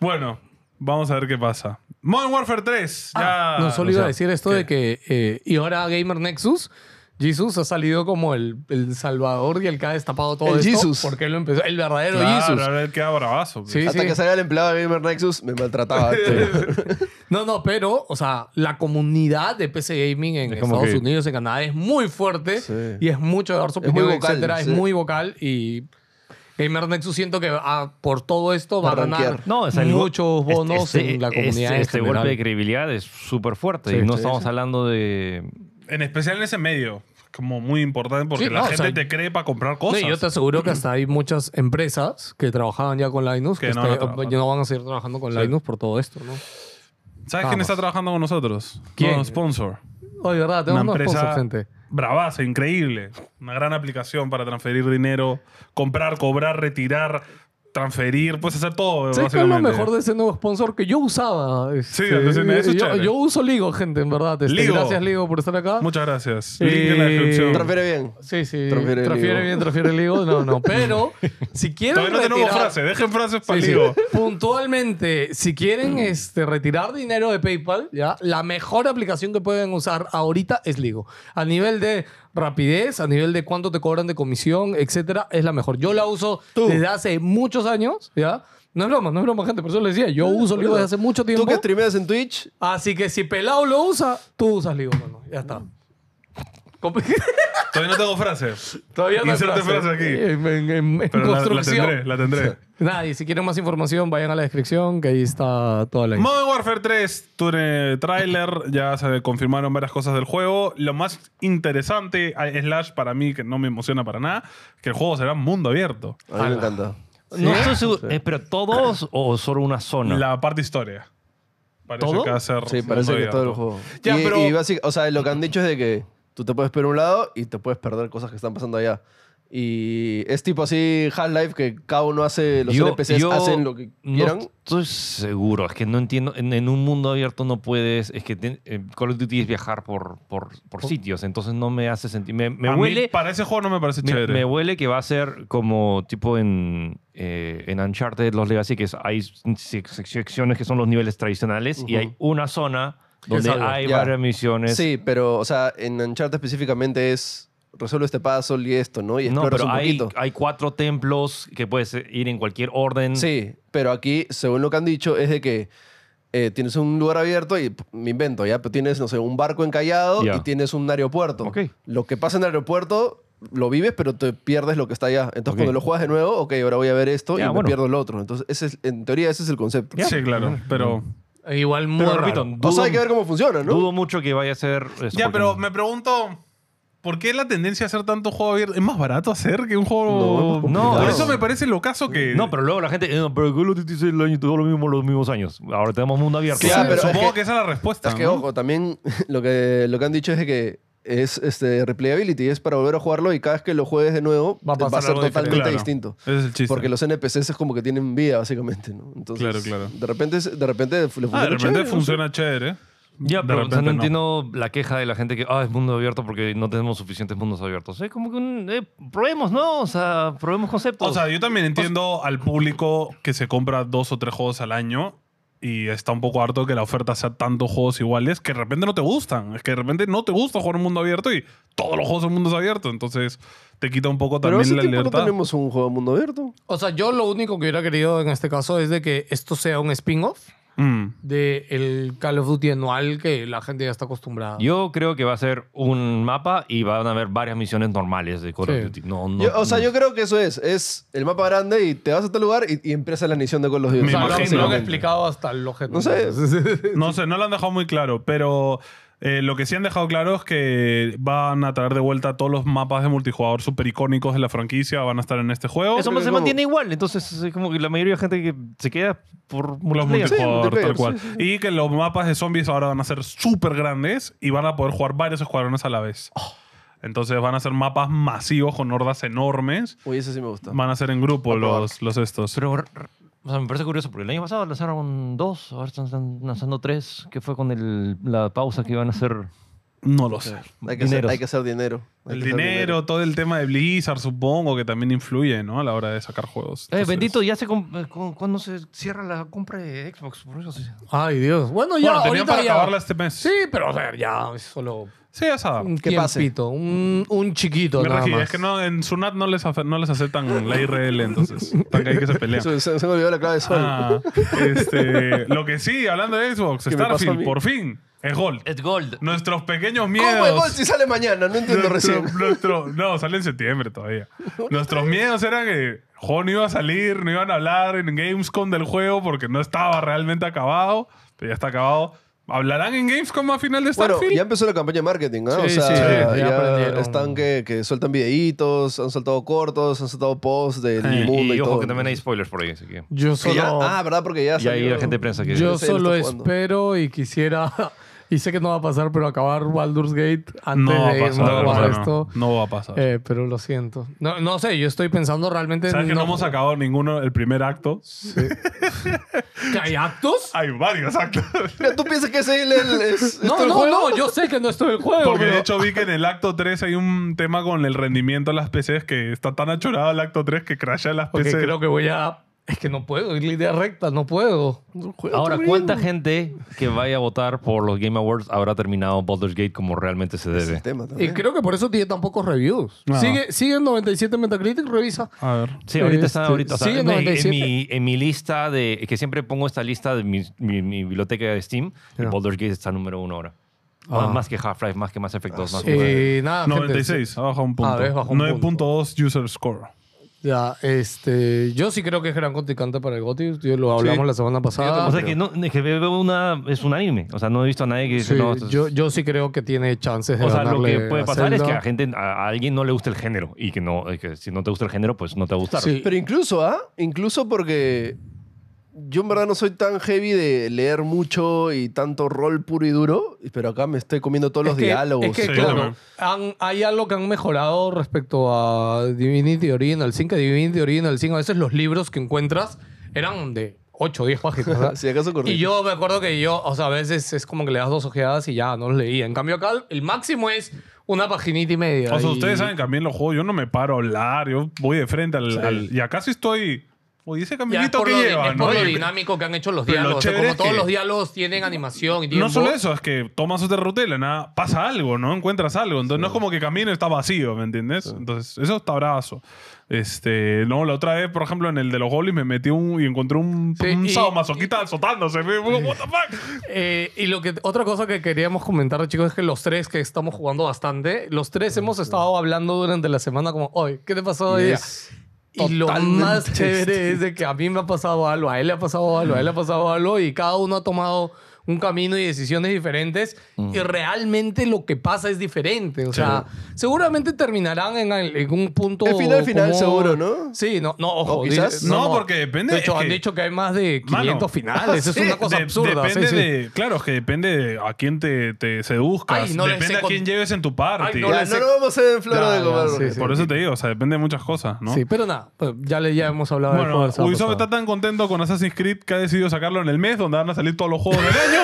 Speaker 1: Bueno, vamos a ver qué pasa. Modern Warfare 3.
Speaker 3: Ah,
Speaker 1: ya.
Speaker 3: no, solo
Speaker 1: o
Speaker 3: iba
Speaker 1: sea,
Speaker 3: a decir esto de que. eh, y ahora Gamer Nexus. Jesus ha salido como el, el salvador y el que ha destapado todo
Speaker 2: El
Speaker 3: esto.
Speaker 2: Jesus.
Speaker 3: Porque él lo empezó. El verdadero
Speaker 1: Claro,
Speaker 3: Jesus.
Speaker 1: ahora él queda bravazo. pues.
Speaker 3: Sí,
Speaker 2: Hasta
Speaker 3: sí.
Speaker 2: que salga el empleado de Gamer Nexus, me maltrataba.
Speaker 3: No, no, pero, o sea, la comunidad de PC Gaming en
Speaker 4: Es como
Speaker 3: Estados
Speaker 4: que-
Speaker 3: Unidos, en Canadá, es muy fuerte
Speaker 2: Sí.
Speaker 3: y es mucho de dar su
Speaker 2: Es muy
Speaker 3: opinión,
Speaker 2: vocal,
Speaker 3: etcétera.
Speaker 2: sí.
Speaker 3: Es muy vocal y Gamer Nexus siento que ah, por todo esto va a
Speaker 2: Va a
Speaker 3: ganar
Speaker 2: rankear.
Speaker 4: No, o sea, el go-
Speaker 3: muchos
Speaker 4: este-
Speaker 3: bonos
Speaker 4: este-
Speaker 3: en la comunidad
Speaker 4: Este,
Speaker 3: en
Speaker 4: este
Speaker 3: general.
Speaker 4: golpe de credibilidad es súper fuerte.
Speaker 3: Sí,
Speaker 4: y no
Speaker 3: sí,
Speaker 4: estamos hablando de.
Speaker 1: En especial en ese medio. Como muy importante porque
Speaker 3: Sí,
Speaker 1: la
Speaker 3: no, o
Speaker 1: gente
Speaker 3: sea,
Speaker 1: te cree para comprar
Speaker 3: No,
Speaker 1: cosas.
Speaker 3: y yo te aseguro que hasta hay muchas empresas que trabajaban ya con Linux que,
Speaker 1: Que no
Speaker 3: este-
Speaker 1: van a trabajar.
Speaker 3: ya no van a seguir trabajando con Linux por todo esto, ¿no?
Speaker 1: ¿Sabes quién
Speaker 3: Vamos.
Speaker 1: está trabajando con nosotros?
Speaker 3: ¿Quién?
Speaker 1: No, sponsor.
Speaker 3: Oye, ¿verdad?
Speaker 1: Una
Speaker 3: Tenemos unos
Speaker 1: empresa
Speaker 3: sponsors, gente.
Speaker 1: bravaza, increíble. Una gran aplicación para transferir dinero, comprar, cobrar, retirar, transferir. Puedes hacer todo,
Speaker 3: ¿Sabes cuál es lo
Speaker 1: básicamente.
Speaker 3: mejor de ese nuevo sponsor que yo usaba? Este,
Speaker 1: entonces, eso es
Speaker 3: yo,
Speaker 1: chévere.
Speaker 3: yo uso Ligo, gente, en verdad. Este,
Speaker 1: Ligo.
Speaker 3: Gracias, Ligo, por estar acá.
Speaker 1: Muchas gracias. Link en la
Speaker 3: Eh,
Speaker 1: descripción.
Speaker 2: Transfiere bien.
Speaker 3: Sí, sí. Transfiere,
Speaker 2: Transfiere Ligo.
Speaker 3: bien, transfiere Ligo. No, no. Pero si quieren
Speaker 1: Todavía no
Speaker 3: retirar...
Speaker 1: tenemos frases. Dejen frases para
Speaker 3: Sí,
Speaker 1: el
Speaker 3: sí.
Speaker 1: Ligo.
Speaker 3: Puntualmente, si quieren este, retirar dinero de PayPal, ya la mejor aplicación que pueden usar ahorita es Ligo. A nivel de rapidez, a nivel de cuánto te cobran de comisión, etcétera, es la mejor. Yo la uso desde hace muchos años, ¿ya? No es broma, no es broma, gente, por eso les decía, yo uso Ligo desde hace mucho tiempo.
Speaker 2: Tú que streameas en Twitch,
Speaker 3: Así que si Pelao lo usa, tú usas Ligo, mano. Ya está. Comp-
Speaker 1: Todavía no tengo frases.
Speaker 3: Todavía no hay
Speaker 1: Inserte
Speaker 3: frase.
Speaker 1: frase aquí.
Speaker 3: En, en- en- en
Speaker 1: Pero la, la
Speaker 3: construcción.
Speaker 1: tendré, la tendré.
Speaker 3: Nada, y si quieren más información, vayan a la descripción, que ahí está toda la info.
Speaker 1: Modern Warfare 3, tiene tráiler, ya se confirmaron varias cosas del juego. Lo más interesante, a- slash para mí, que no me emociona para nada, que el juego será mundo abierto.
Speaker 2: a mí me encanta.
Speaker 4: No estoy seguro. eh, pero todos o solo una zona.
Speaker 1: La parte historia. Parece
Speaker 4: ¿Todo?
Speaker 1: que va a ser
Speaker 2: Sí,
Speaker 1: mundo
Speaker 2: parece que todo el
Speaker 1: abierto.
Speaker 2: juego.
Speaker 1: Ya,
Speaker 2: y,
Speaker 1: pero-
Speaker 2: y básica- o sea, lo que han dicho es de que tú te puedes por un lado y te puedes perder cosas que están pasando allá. Y es tipo así Half-Life que cada uno hace, los
Speaker 4: Yo-
Speaker 2: NPCs
Speaker 4: yo
Speaker 2: hacen lo que quieran.
Speaker 4: No estoy seguro. Es que no entiendo. En, en un mundo abierto no puedes. Es que te- eh, Call of Duty es viajar por, por,
Speaker 3: Oh.
Speaker 4: por sitios. Entonces no me hace sentir. Me, me
Speaker 1: A mí,
Speaker 4: huele.
Speaker 1: para ese juego no me parece
Speaker 4: Me,
Speaker 1: chévere.
Speaker 4: me huele que va a ser como tipo en, eh, en Uncharted Los Legacy, que es- hay sec- secciones que son los niveles tradicionales y hay una zona donde
Speaker 3: salvo.
Speaker 4: hay
Speaker 2: Ya.
Speaker 4: varias misiones.
Speaker 2: Sí, pero, o sea, en Uncharted específicamente es resuelve este paso y esto, ¿no? Y
Speaker 4: no,
Speaker 2: exploras
Speaker 4: pero
Speaker 2: un
Speaker 4: hay,
Speaker 2: poquito.
Speaker 4: hay cuatro templos que puedes ir en cualquier orden.
Speaker 2: Sí, pero aquí, según lo que han dicho, es de que eh, tienes un lugar abierto y p- me invento, ya Pero tienes, no sé, un barco encallado
Speaker 4: Ya.
Speaker 2: y tienes un aeropuerto.
Speaker 4: Ok.
Speaker 2: Lo que pasa en el aeropuerto lo vives, pero te pierdes lo que está allá. Entonces,
Speaker 4: Ok.
Speaker 2: cuando lo juegas de nuevo, ok, ahora voy a ver esto
Speaker 4: Ya,
Speaker 2: y
Speaker 4: bueno.
Speaker 2: me pierdo el otro. Entonces, ese es- en teoría, ese es el concepto.
Speaker 1: Sí, claro, pero...
Speaker 3: Igual muy
Speaker 4: Pero
Speaker 3: raro.
Speaker 4: repito,
Speaker 2: O sea,
Speaker 4: dudo,
Speaker 2: hay que ver cómo funciona, ¿no?
Speaker 4: dudo mucho que vaya a ser. eso,
Speaker 1: Ya,
Speaker 4: porque
Speaker 1: pero
Speaker 4: no-
Speaker 1: me pregunto, ¿por qué la tendencia a hacer tanto juego abierto? ¿Es más barato hacer que un juego...?
Speaker 2: No,
Speaker 4: es más complicado.
Speaker 1: Por eso me parece lo caso que...
Speaker 4: No, pero luego la gente. eh, no, pero Call of Duty es el año- todos los mismos, los mismos años. Ahora tenemos mundo abierto.
Speaker 2: Claro, pero es
Speaker 1: Supongo que,
Speaker 2: que-
Speaker 1: esa es la respuesta,
Speaker 2: Es que,
Speaker 1: ¿no?
Speaker 2: ojo, también lo que, lo que han dicho es de que es este, replayability, es para volver a jugarlo y cada vez que lo juegues de nuevo
Speaker 3: Va a pasar
Speaker 2: ser
Speaker 3: algo diferente.
Speaker 2: totalmente
Speaker 1: Claro.
Speaker 2: distinto.
Speaker 1: Ese es el chiste.
Speaker 2: Porque los NPCs es como que tienen vida, básicamente, ¿no? Entonces,
Speaker 1: Claro, claro.
Speaker 2: De repente, es- de repente le funciona.
Speaker 1: Ah, de repente
Speaker 2: chévere, ¿no?
Speaker 1: funciona chévere.
Speaker 4: Ya,
Speaker 1: De
Speaker 4: pero o sea,
Speaker 1: repente
Speaker 4: no
Speaker 1: no.
Speaker 4: entiendo la queja de la gente que, ah, es mundo abierto porque no tenemos suficientes mundos abiertos. Es como que, un, eh, probemos, ¿no? O sea, probemos conceptos.
Speaker 1: O sea, yo también entiendo al público que se compra dos o tres juegos al año y está un poco harto de que la oferta sea tantos juegos iguales que de repente no te gustan. Es que de repente no te gusta jugar un mundo abierto y todos los juegos son mundos abiertos. Entonces te quita un poco
Speaker 2: Pero
Speaker 1: también
Speaker 2: hace
Speaker 1: la
Speaker 2: tiempo no
Speaker 1: libertad.
Speaker 2: tenemos un juego de mundo abierto.
Speaker 3: O sea, yo lo único que hubiera querido en este caso es de que esto sea un spin-off
Speaker 1: Mm.
Speaker 3: del el Call of Duty anual que la gente ya está acostumbrada.
Speaker 4: Yo creo que va a ser un mapa y van a haber varias misiones normales de Call of
Speaker 3: Sí.
Speaker 4: Duty. No, no,
Speaker 2: Yo- o sea,
Speaker 4: no.
Speaker 2: yo creo que eso es. Es el mapa grande y te vas a tal lugar y, y empieza la misión de con los
Speaker 3: o
Speaker 1: me
Speaker 3: sea, lo-
Speaker 1: imagino.
Speaker 3: lo han explicado hasta el objeto.
Speaker 2: No sé.
Speaker 1: No sé, no lo han dejado muy claro, pero eh, lo que sí han dejado claro es que van a traer de vuelta todos los mapas de multijugador super icónicos de la franquicia, van a estar en este juego.
Speaker 4: Eso
Speaker 2: Pero
Speaker 4: se
Speaker 2: ¿cómo?
Speaker 4: mantiene igual, entonces es como que la mayoría de gente que se queda por
Speaker 1: Los
Speaker 4: multiplayer.
Speaker 2: Sí,
Speaker 1: multijugador, tal
Speaker 2: multiplayer,
Speaker 1: cual.
Speaker 2: sí, sí.
Speaker 1: Y que los mapas de zombies ahora van a ser súper grandes y van a poder jugar varios escuadrones a la vez.
Speaker 2: Oh.
Speaker 1: Entonces van a ser mapas masivos con hordas enormes.
Speaker 2: Uy, eso sí me gusta.
Speaker 1: Van a ser en grupo
Speaker 2: Voy a probar.
Speaker 1: los, los estos.
Speaker 4: Pero r- r- o sea, me parece curioso porque el año pasado lanzaron dos, ahora están, están lanzando tres, que fue con el- la pausa que iban a hacer.
Speaker 1: no lo sé.
Speaker 2: Hay que, hacer,
Speaker 4: dineros.
Speaker 2: hay que hacer dinero. Hay
Speaker 1: El
Speaker 2: que hacer
Speaker 1: dinero, todo el tema de Blizzard, supongo que también influye, ¿no? A la hora de sacar juegos.
Speaker 4: Eh,
Speaker 1: Entonces-
Speaker 4: bendito, ya se com- eh, cu- cuando se cierra la compra de Xbox, por eso se-
Speaker 3: Ay, Dios. Bueno, ya.
Speaker 1: Bueno, tenían
Speaker 3: ahorita
Speaker 1: para
Speaker 3: ya-
Speaker 1: acabarla este mes.
Speaker 3: Sí, pero a ver, ya es solo
Speaker 1: Sí, ya sabe.
Speaker 3: un
Speaker 2: Que pase.
Speaker 3: tiempito, un, un chiquito
Speaker 1: Me
Speaker 3: nada
Speaker 1: regí,
Speaker 3: más.
Speaker 1: es que no, en Sunat no les, afe- no les aceptan la IRL, entonces. Tan que hay que se pelean.
Speaker 2: Se, se- se me olvidó la clave de sol.
Speaker 1: Ah, este, lo que sí, hablando de Xbox,
Speaker 2: ¿Qué me pasó a
Speaker 1: Starfield,
Speaker 2: mí?
Speaker 1: por fin, es Gold.
Speaker 4: Es Gold.
Speaker 1: Nuestros pequeños
Speaker 2: ¿Cómo el gol
Speaker 1: miedos.
Speaker 2: si sale mañana? No entiendo
Speaker 1: Nuestro-
Speaker 2: recién.
Speaker 1: nuestro- no, sale en septiembre todavía. Nuestros miedos eran que el juego no iba a salir, no iban a hablar en Gamescom del juego porque no estaba realmente acabado, pero ya está acabado. ¿Hablarán en Gamescom a final de
Speaker 2: Bueno,
Speaker 1: Starfield?
Speaker 2: ya empezó la campaña de marketing, ¿no?
Speaker 3: Sí,
Speaker 2: o sea,
Speaker 3: sí,
Speaker 2: ya,
Speaker 3: sí, ya aprendieron.
Speaker 2: están que, que sueltan videitos, han soltado cortos, han soltado posts del
Speaker 1: Eh,
Speaker 2: mundo y,
Speaker 4: Y, ojo
Speaker 2: todo.
Speaker 4: que también hay spoilers por ahí, así que.
Speaker 3: Yo
Speaker 2: Que
Speaker 3: solo,
Speaker 2: ya- ah, ¿verdad? Porque ya
Speaker 4: Y hay
Speaker 2: salió-
Speaker 4: gente de prensa que.
Speaker 3: yo
Speaker 2: Sí, lo
Speaker 3: solo
Speaker 2: está jugando.
Speaker 3: espero y quisiera, y sé que no va a pasar, pero acabar Baldur's Gate antes
Speaker 1: no va a
Speaker 3: de irnos
Speaker 1: pasar.
Speaker 4: no
Speaker 1: hermano,
Speaker 3: a
Speaker 1: No,
Speaker 3: esto.
Speaker 1: no va a pasar.
Speaker 3: Eh, pero lo siento. No, no sé, yo estoy pensando realmente en
Speaker 1: ¿Sabes que no, hemos
Speaker 3: jugar.
Speaker 1: acabado ninguno el primer acto?
Speaker 3: ¿Que ¿Hay actos?
Speaker 1: Hay varios actos.
Speaker 2: Mira, ¿tú piensas que ese es el, es- es todo
Speaker 3: No,
Speaker 2: el
Speaker 3: no,
Speaker 2: juego?
Speaker 3: no, yo sé que no estoy en el juego.
Speaker 1: Porque
Speaker 3: pero-
Speaker 1: de hecho vi que en el acto 3 hay un tema con el rendimiento de las PCs que está tan achorado el acto 3 que crasha las
Speaker 3: porque
Speaker 1: PCs.
Speaker 3: creo que voy a. Es que no puedo, ir línea recta, no puedo.
Speaker 4: Ahora, ¿cuánta gente que vaya a votar por los Game Awards habrá terminado Baldur's Gate como realmente se debe?
Speaker 2: Tema
Speaker 3: Y
Speaker 2: también.
Speaker 3: creo que por eso tiene tan pocos reviews.
Speaker 1: Ah.
Speaker 3: Sigue, sigue en 97 Metacritic, revisa.
Speaker 1: A ver.
Speaker 4: Sí,
Speaker 3: Este,
Speaker 4: ahorita está. Ahorita, o sea,
Speaker 3: sí,
Speaker 4: en, mi- en
Speaker 3: 97.
Speaker 4: mi, en mi lista de. Que siempre pongo esta lista de mi, mi- mi biblioteca de Steam. y Baldur's Gate está número uno ahora. Más-
Speaker 3: Ah.
Speaker 4: Más que Half-Life, más que Mass Effect 2. más que-
Speaker 3: Eh, nada, gente,
Speaker 1: 96, Ah, ha bajado un punto.
Speaker 3: Ah, ves, bajó un
Speaker 1: 9.2 user score.
Speaker 3: Ya, este, yo sí creo que es gran contrincante para el GOTY. Yo lo hablamos
Speaker 2: Sí.
Speaker 3: la semana pasada.
Speaker 4: o sea, que, no, es que veo una. Es un anime. O sea, no he visto a nadie que dice.
Speaker 3: Sí,
Speaker 4: no, esto es-
Speaker 3: yo, yo sí creo que tiene chances de
Speaker 4: o sea, lo
Speaker 3: ganarle
Speaker 4: que puede
Speaker 3: a
Speaker 4: pasar es
Speaker 3: Zelda.
Speaker 4: que a, gente, a, a alguien no le guste el género. Y que, no, eh, que si no te gusta el género, pues no te va a gustar.
Speaker 3: Sí.
Speaker 2: Pero incluso, ¿ah? Incluso porque yo en verdad no soy tan heavy de leer mucho y tanto rol puro y duro, pero acá me estoy comiendo todos
Speaker 3: Es
Speaker 2: los
Speaker 3: que-
Speaker 2: diálogos.
Speaker 3: Es que,
Speaker 1: Sí,
Speaker 3: claro,
Speaker 1: también.
Speaker 3: han- hay algo que han mejorado respecto a Divinity Original 5, Divinity Original 5. A veces los libros que encuentras eran de 8 o 10 páginas. ¿verdad?
Speaker 2: Ah, Si acaso corrí.
Speaker 3: y yo me acuerdo que yo, o sea, a veces es como que le das dos ojeadas y ya no los leía. En cambio, acá el máximo es una paginita y media.
Speaker 1: O sea,
Speaker 3: y-
Speaker 1: ustedes saben que a mí en los juegos yo no me paro a hablar, yo voy de frente al. al- y acá sí estoy. Oye, ese
Speaker 3: Ya, es
Speaker 1: caminito
Speaker 3: por,
Speaker 1: que
Speaker 3: lo, di-
Speaker 1: lleva,
Speaker 3: es
Speaker 1: ¿no?
Speaker 3: por lo
Speaker 1: Y-
Speaker 3: dinámico que han hecho los
Speaker 1: Pero lo
Speaker 3: diálogos. O sea,
Speaker 1: chévere
Speaker 3: como
Speaker 1: es
Speaker 3: todos
Speaker 1: que-
Speaker 3: los diálogos tienen animación y tienen
Speaker 1: No solo
Speaker 3: voz.
Speaker 1: eso, es que tomas otra ruta y de la nada pasa algo, ¿no? Encuentras algo. Entonces no es como que camino y está vacío, ¿me entiendes? Entonces, eso está bravazo. Este, no, la otra vez, por ejemplo, en el de los goblins me metí un y encontré un,
Speaker 3: Sí,
Speaker 1: un
Speaker 3: y-
Speaker 1: sadomasoquista azotándose. Me digo, what the fuck?
Speaker 3: Eh, y lo que otra cosa que queríamos comentar, chicos, es que los tres que estamos jugando bastante, los tres hemos estado hablando durante la semana como, hoy, ¿qué te pasó hoy?
Speaker 2: Y
Speaker 3: día?"
Speaker 2: es
Speaker 3: Y lo
Speaker 2: totalmente
Speaker 3: más chévere
Speaker 2: distinto.
Speaker 3: es de que a mí me ha pasado algo, a él le ha pasado algo, a él le ha pasado algo y cada uno ha tomado un camino y decisiones diferentes y realmente lo que pasa es diferente. O sea, seguramente terminarán en, al- en un punto...
Speaker 2: El final final
Speaker 3: como-
Speaker 2: seguro, ¿no?
Speaker 3: Sí, no, no ojo.
Speaker 2: O quizás-
Speaker 1: No, porque depende,
Speaker 3: De hecho,
Speaker 1: es
Speaker 3: han
Speaker 1: que-
Speaker 3: dicho que hay más de 500
Speaker 1: Mano.
Speaker 3: finales. Es
Speaker 2: Sí,
Speaker 3: una cosa
Speaker 1: De-
Speaker 3: absurda. sí,
Speaker 1: Depende
Speaker 3: sí.
Speaker 1: de. Claro, es que depende de a quién te, te seduzcas.
Speaker 3: Ay, no les sé
Speaker 1: depende a
Speaker 3: con-
Speaker 1: quién lleves en tu party.
Speaker 3: Ay, no
Speaker 2: Ya,
Speaker 3: les-
Speaker 2: no lo vamos a hacer en flor
Speaker 3: Ya,
Speaker 2: de
Speaker 3: ya,
Speaker 2: comer.
Speaker 3: sí,
Speaker 2: porque-
Speaker 1: Por eso te digo, o sea, depende de muchas cosas, ¿no?
Speaker 3: Sí, pero nada, pues, ya, le, ya hemos hablado del
Speaker 1: Bueno,
Speaker 3: juego la semana
Speaker 1: Ubisoft
Speaker 3: pasada.
Speaker 1: está tan contento con Assassin's Creed que ha decidido sacarlo en el mes donde van a salir todos los juegos del año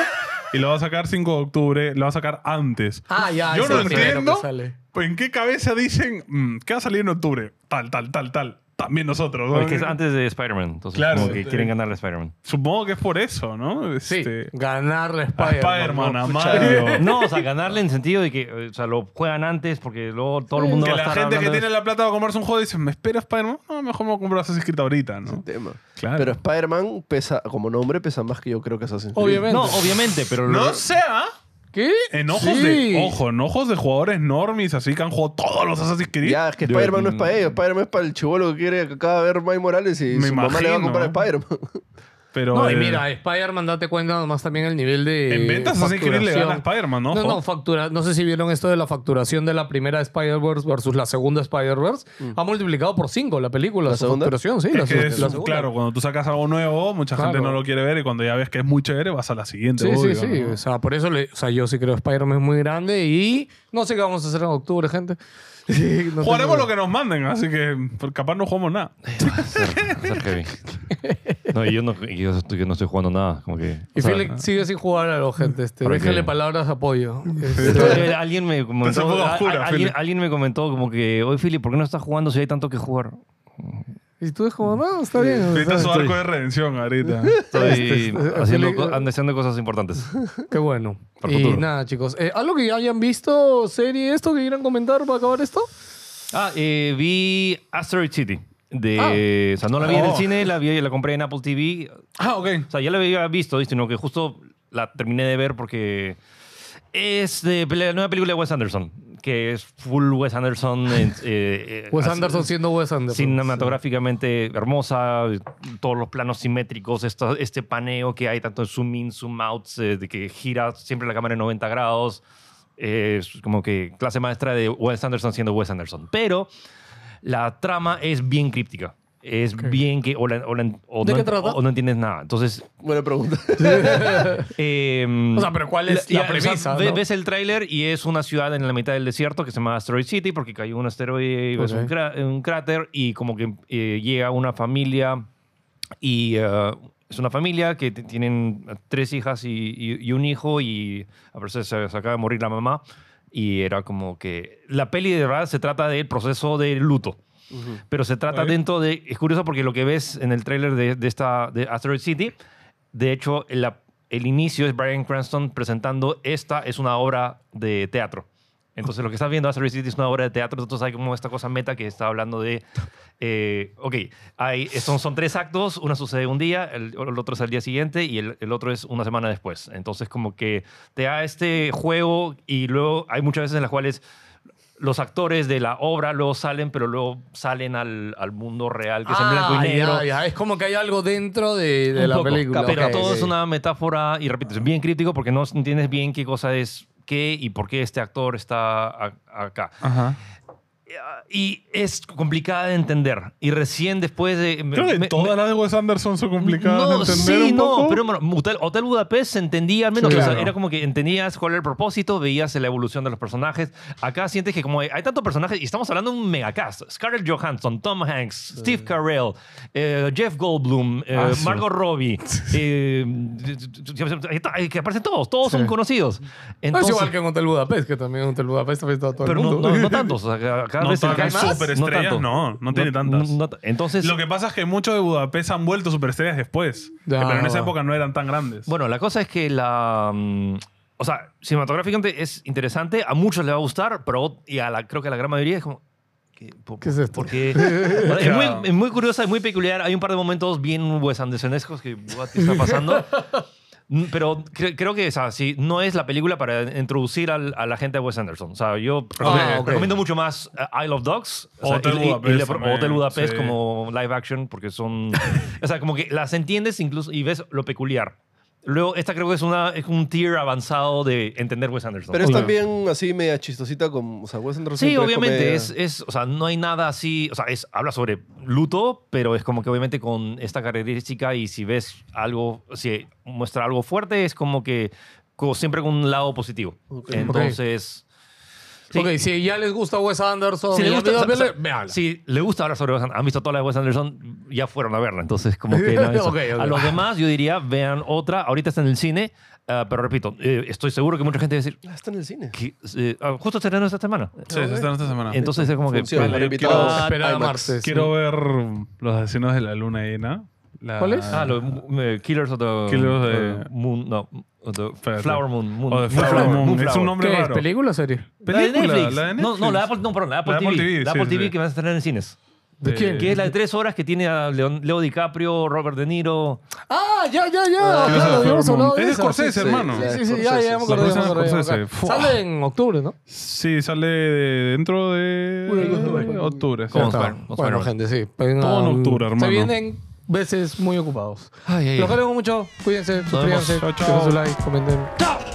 Speaker 1: y lo va a sacar 5 de octubre, lo va a sacar antes.
Speaker 3: Ah, ya,
Speaker 1: Yo
Speaker 3: ese
Speaker 1: no
Speaker 3: es el primero que
Speaker 1: entiendo
Speaker 3: sale.
Speaker 1: en qué cabeza dicen mm, que va a salir en octubre, tal, tal, tal, tal. también nosotros. ¿no?
Speaker 4: Porque es antes de Spider-Man. Entonces,
Speaker 1: Claro.
Speaker 4: como que quieren ganarle a Spider-Man.
Speaker 1: Supongo que es por eso, ¿no?
Speaker 3: Sí,
Speaker 1: Este,
Speaker 3: ganarle a
Speaker 1: a
Speaker 3: Spider-Man.
Speaker 1: Spider-Man,
Speaker 3: ¿no?
Speaker 1: a
Speaker 2: Pucha.
Speaker 1: Mario.
Speaker 4: No, o sea, ganarle en sentido de que eh, o sea, lo juegan antes porque luego todo el mundo
Speaker 1: que
Speaker 4: va a
Speaker 1: la
Speaker 4: estar
Speaker 1: gente que
Speaker 4: hablando de
Speaker 1: tiene la plata para comprarse un juego dice, ¿me espera Spider-Man? No, mejor me voy a comprar Assassin's Creed ahorita,
Speaker 2: Es el
Speaker 1: ¿no?
Speaker 2: tema.
Speaker 1: Claro.
Speaker 2: Pero Spider-Man pesa, como nombre, pesa más que yo creo que Assassin's Creed.
Speaker 3: Obviamente.
Speaker 4: No, obviamente, pero
Speaker 1: no ¿ah? sea
Speaker 3: ¿Qué?
Speaker 1: en ojos
Speaker 3: Sí.
Speaker 1: de ojo, en ojos de jugadores normies así que han jugado todos los Assassin's Creed.
Speaker 2: Ya, es que
Speaker 4: Yo-
Speaker 2: Spider-Man no es para ellos. Spider-Man es para el chivolo que quiere que acaba de ver Mike Morales y
Speaker 1: Me
Speaker 2: su mamá le va a
Speaker 1: imagino.
Speaker 2: comprar a Spider-Man.
Speaker 1: Pero
Speaker 3: No, y
Speaker 1: eh,
Speaker 3: mira, Spider-Man, date cuenta nomás también el nivel de.
Speaker 1: en ventas Assassin's Creed le gana a
Speaker 3: facturación.
Speaker 1: Spider-Man, ¿no?
Speaker 3: No, no, factura. No sé si vieron esto de la facturación de la primera Spider-Verse versus la segunda Spider-Verse.
Speaker 4: Mm.
Speaker 3: Ha multiplicado por 5 la película.
Speaker 2: ¿La
Speaker 3: su
Speaker 2: segunda?
Speaker 3: facturación, sí.
Speaker 1: Es
Speaker 3: la,
Speaker 1: que
Speaker 3: se-
Speaker 1: es
Speaker 3: la
Speaker 1: un-
Speaker 3: segunda.
Speaker 1: claro, cuando tú sacas algo nuevo, mucha gente
Speaker 3: Claro.
Speaker 1: no lo quiere ver y cuando ya ves que es muy chévere, vas a la siguiente.
Speaker 3: Sí,
Speaker 1: obvio,
Speaker 3: sí, sí.
Speaker 1: ¿no?
Speaker 3: O sea, por eso le- o sea, yo sí creo que Spider-Man es muy grande y no sé qué vamos a hacer en octubre, gente. No
Speaker 1: Jugaremos
Speaker 3: tengo-
Speaker 1: lo que nos manden, así que por- capaz no jugamos nada.
Speaker 4: Ser heavy. No, y yo no, y yo, estoy- yo no estoy jugando nada. Como que,
Speaker 3: Y
Speaker 4: o sea,
Speaker 3: Felix sigue sin jugar a los gente. Este,
Speaker 4: ¿Por qué?
Speaker 3: déjale palabras de apoyo. Este,
Speaker 4: eh, alguien me
Speaker 1: Estás un
Speaker 4: comentó.
Speaker 1: poco
Speaker 4: a- a-
Speaker 1: oscura,
Speaker 4: alguien,
Speaker 1: Felix.
Speaker 4: alguien me comentó como que, oye, Philip, ¿por qué no estás jugando si hay tanto que jugar?
Speaker 3: y tú es como, no, está bien. o
Speaker 1: Ahorita
Speaker 3: sea,
Speaker 1: su arco de redención, ahorita.
Speaker 4: Estoy
Speaker 3: Este, este,
Speaker 4: haciendo,
Speaker 3: Felix-
Speaker 4: co- ando haciendo cosas importantes.
Speaker 3: Qué bueno.
Speaker 4: Para el
Speaker 3: Y
Speaker 4: futuro.
Speaker 3: nada, chicos. Eh, ¿Algo que hayan visto, serie, esto que quieran comentar para acabar esto?
Speaker 4: Ah, eh, vi Asteroid City. De,
Speaker 3: Ah.
Speaker 4: O sea, no la vi en el
Speaker 1: Oh.
Speaker 4: cine, la, vi, la compré en Apple TV.
Speaker 1: ah, ok.
Speaker 4: O sea, ya la había visto, ¿viste? sino que justo la terminé de ver porque es de la nueva película de Wes Anderson, que es full Wes Anderson. eh, eh,
Speaker 3: Wes
Speaker 4: así-
Speaker 3: Anderson siendo Wes Anderson.
Speaker 4: cinematográficamente hermosa, todos los planos simétricos, esto- este paneo que hay, tanto zoom in, zoom out, eh, de que gira siempre la cámara en 90 grados. Eh, es como que clase maestra de Wes Anderson siendo Wes Anderson. Pero la trama es bien críptica. Es bien que. O, la- o la- o
Speaker 3: ¿De
Speaker 4: no,
Speaker 3: qué
Speaker 4: ent-
Speaker 3: trata?
Speaker 4: o no entiendes nada. Entonces.
Speaker 2: Buena pregunta.
Speaker 4: eh,
Speaker 3: O sea, pero ¿cuál es la
Speaker 4: ya, o sea,
Speaker 3: premisa?
Speaker 4: ve-
Speaker 3: no?
Speaker 4: Ves el tráiler y es una ciudad en la mitad del desierto que se llama Asteroid City porque cayó un asteroide y ves
Speaker 3: Ok.
Speaker 4: un, cra- un cráter y como que eh, llega una familia y eh, es una familia que t- tienen tres hijas y, y- y un hijo y a veces se, se acaba de morir la mamá y era como que la peli de verdad se trata del proceso de luto. Pero se trata
Speaker 1: Ok.
Speaker 4: dentro de... Es curioso porque lo que ves en el tráiler de, de esta de Asteroid City, de hecho, la- el inicio es Brian Cranston presentando esta es una obra de teatro. Entonces, lo que estás viendo Asteroid City es una obra de teatro. Entonces, hay como esta cosa meta que está hablando de... eh, ok, hay, son, son tres actos. Una sucede un día, el, el otro es al día siguiente y el, el otro es una semana después. Entonces, como que te da este juego y luego hay muchas veces en las cuales los actores de la obra luego salen, pero luego salen al, al mundo real, que es en blanco
Speaker 3: Ah,
Speaker 4: y negro.
Speaker 3: ya, ya. Es como que hay algo dentro de, de
Speaker 4: Un
Speaker 3: la
Speaker 4: poco,
Speaker 3: película.
Speaker 4: Pero
Speaker 3: Ok, Ah,
Speaker 4: todo
Speaker 3: ok.
Speaker 4: es una metáfora, y repito, es bien crítico porque no entiendes bien qué cosa es qué y por qué este actor está a- acá.
Speaker 1: Ajá.
Speaker 4: Y es complicada de entender. Y recién después de... me-
Speaker 1: Creo que
Speaker 4: me-
Speaker 1: todas las de Wes Anderson son complicadas
Speaker 4: no,
Speaker 1: de entender.
Speaker 4: sí,
Speaker 1: un
Speaker 4: no,
Speaker 1: poco.
Speaker 4: pero bueno, Hotel, Hotel Budapest se entendía al menos.
Speaker 1: Sí,
Speaker 4: o sea,
Speaker 1: claro.
Speaker 4: era como que entendías cuál era el propósito, veías la evolución de los personajes. Acá sientes que como hay, hay tantos personajes, y estamos hablando de un megacast. Scarlett Johansson, Tom Hanks, Steve Carell, eh, Jeff Goldblum, eh,
Speaker 1: Ah, sí.
Speaker 4: Margot Robbie, eh, hay que aparecen todos, todos son conocidos.
Speaker 3: No es
Speaker 4: Entonces,
Speaker 3: igual que en Hotel Budapest, que también en Hotel Budapest ha visto a todo el
Speaker 4: pero no,
Speaker 3: mundo.
Speaker 4: no, no tantos. O sea, que acá
Speaker 1: No
Speaker 4: ves-
Speaker 1: todas
Speaker 4: acá hay
Speaker 1: las
Speaker 4: más,
Speaker 1: superestrellas,
Speaker 4: tanto.
Speaker 1: no, no tiene tantas.
Speaker 4: t- entonces,
Speaker 1: Lo que pasa es que muchos de Budapest han vuelto superestrellas después.
Speaker 3: Ya,
Speaker 1: pero en esa
Speaker 3: va.
Speaker 1: época no eran tan grandes.
Speaker 4: Bueno, la cosa es que la. mm, o sea, cinematográficamente es interesante, a muchos les va a gustar, pero y a la, creo que a la gran mayoría es como. ¿Qué, po-
Speaker 3: ¿Qué es esto?
Speaker 4: por qué? Bueno, es,
Speaker 1: Claro.
Speaker 4: muy, es muy curiosa, es muy peculiar. Hay un par de momentos bien Wes Andersonescos que, what, ¿qué está pasando? Mm, Pero cre- creo que o sea, sí, no es la película para introducir al- a la gente a Wes Anderson. O sea, yo recomiendo,
Speaker 3: ok.
Speaker 4: recomiendo mucho más eh, Isle of Dogs o sea,
Speaker 1: Ah, Hotel
Speaker 4: y- y- y
Speaker 1: Budapest
Speaker 4: le- o
Speaker 1: también,
Speaker 4: Hotel Budapest
Speaker 1: sí.
Speaker 4: como live action, porque son. o sea, como que las entiendes incluso y ves lo peculiar. Luego, esta creo que es, una, es un tier avanzado de entender Wes Anderson.
Speaker 2: Pero es
Speaker 4: O sea,
Speaker 2: también así media chistosita con... O sea, Wes Anderson
Speaker 4: Sí,
Speaker 2: siempre
Speaker 4: obviamente.
Speaker 2: comedia.
Speaker 4: Es, es- o sea, no hay nada así. O sea, es, habla sobre luto, pero es como que obviamente con esta característica y si ves algo, si muestra algo fuerte, es como que co- siempre con un lado positivo. Entonces. Sí.
Speaker 3: Ok, si ya les gusta Wes Anderson,
Speaker 4: Si
Speaker 3: y
Speaker 4: le
Speaker 3: ya
Speaker 4: gusta,
Speaker 3: vieron
Speaker 4: o sea, o sea,
Speaker 3: Bella, véanla.
Speaker 4: si le gusta hablar sobre Wes Anderson, han visto toda la de Wes Anderson, ya fueron a verla. Entonces, como que no es eso.
Speaker 3: Ok, ok.
Speaker 4: A los demás, yo diría, vean otra. Ahorita está en el cine, ah, pero repito, eh, estoy seguro que mucha gente va a decir,
Speaker 2: Ah, está en el cine.
Speaker 4: que, eh, ah, justo se estrenó esta semana.
Speaker 1: Sí, Ah, se están esta semana.
Speaker 4: Entonces es como que.
Speaker 2: Funciona,
Speaker 1: vale,
Speaker 2: para
Speaker 1: yo
Speaker 2: invitados
Speaker 1: quiero-
Speaker 3: Esperada
Speaker 2: IMAX.
Speaker 3: martes.
Speaker 1: Quiero ver Los Asesinos de la Luna Llena. La-
Speaker 3: ¿Cuál es?
Speaker 4: Ah, los eh, Killers of the
Speaker 1: Killers de-
Speaker 4: eh, Moon. No, of the
Speaker 1: Espérate.
Speaker 4: Flower Moon. moon
Speaker 1: O de Flower Moon. Es un
Speaker 3: ¿Qué
Speaker 1: nombre
Speaker 3: es?
Speaker 1: raro.
Speaker 3: ¿Película o serie?
Speaker 4: La de
Speaker 1: Película,
Speaker 4: Netflix.
Speaker 1: la de
Speaker 4: No, no, la de
Speaker 1: Netflix.
Speaker 4: Apple, no, perdón, la de Apple
Speaker 1: La de
Speaker 4: TV.
Speaker 1: Apple TV,
Speaker 4: la
Speaker 1: sí,
Speaker 4: Apple TV
Speaker 1: sí.
Speaker 4: que van a estrenar en cines.
Speaker 3: ¿De quién?
Speaker 4: Que es la de tres horas que tiene a Leon- Leo DiCaprio, Robert De Niro.
Speaker 3: Ah, ya, ya, ya.
Speaker 1: Killers of
Speaker 3: Claro,
Speaker 1: the
Speaker 3: ya hemos
Speaker 1: Flower
Speaker 3: hablado
Speaker 1: Moon.
Speaker 3: de
Speaker 1: Es de
Speaker 3: esa,
Speaker 1: Scorsese,
Speaker 3: sí, sí.
Speaker 1: hermano.
Speaker 3: Sí, sí, sí, ya, ya me
Speaker 2: La
Speaker 3: acordé. ya me
Speaker 1: producción de
Speaker 3: acordé,
Speaker 1: Scorsese.
Speaker 3: ok.
Speaker 1: Fua.
Speaker 3: Sale en octubre, ¿no?
Speaker 1: Sí, sale de- dentro de
Speaker 3: Uy, uy, uy.
Speaker 1: octubre. sí.
Speaker 4: ¿Cómo? Vamos
Speaker 3: Ya
Speaker 4: a
Speaker 3: está.
Speaker 4: ver, vamos a
Speaker 3: Bueno,
Speaker 4: ver.
Speaker 3: gente, sí. Vengan-
Speaker 1: Todo en octubre, hermano.
Speaker 3: Se vienen veces muy ocupados.
Speaker 4: Ay, ay,
Speaker 3: Los
Speaker 4: ay.
Speaker 3: queremos mucho. Cuídense,
Speaker 4: vemos.
Speaker 3: suscríbanse,
Speaker 1: Chao, chao.
Speaker 3: dejen su like, comenten.
Speaker 4: ¡Chao!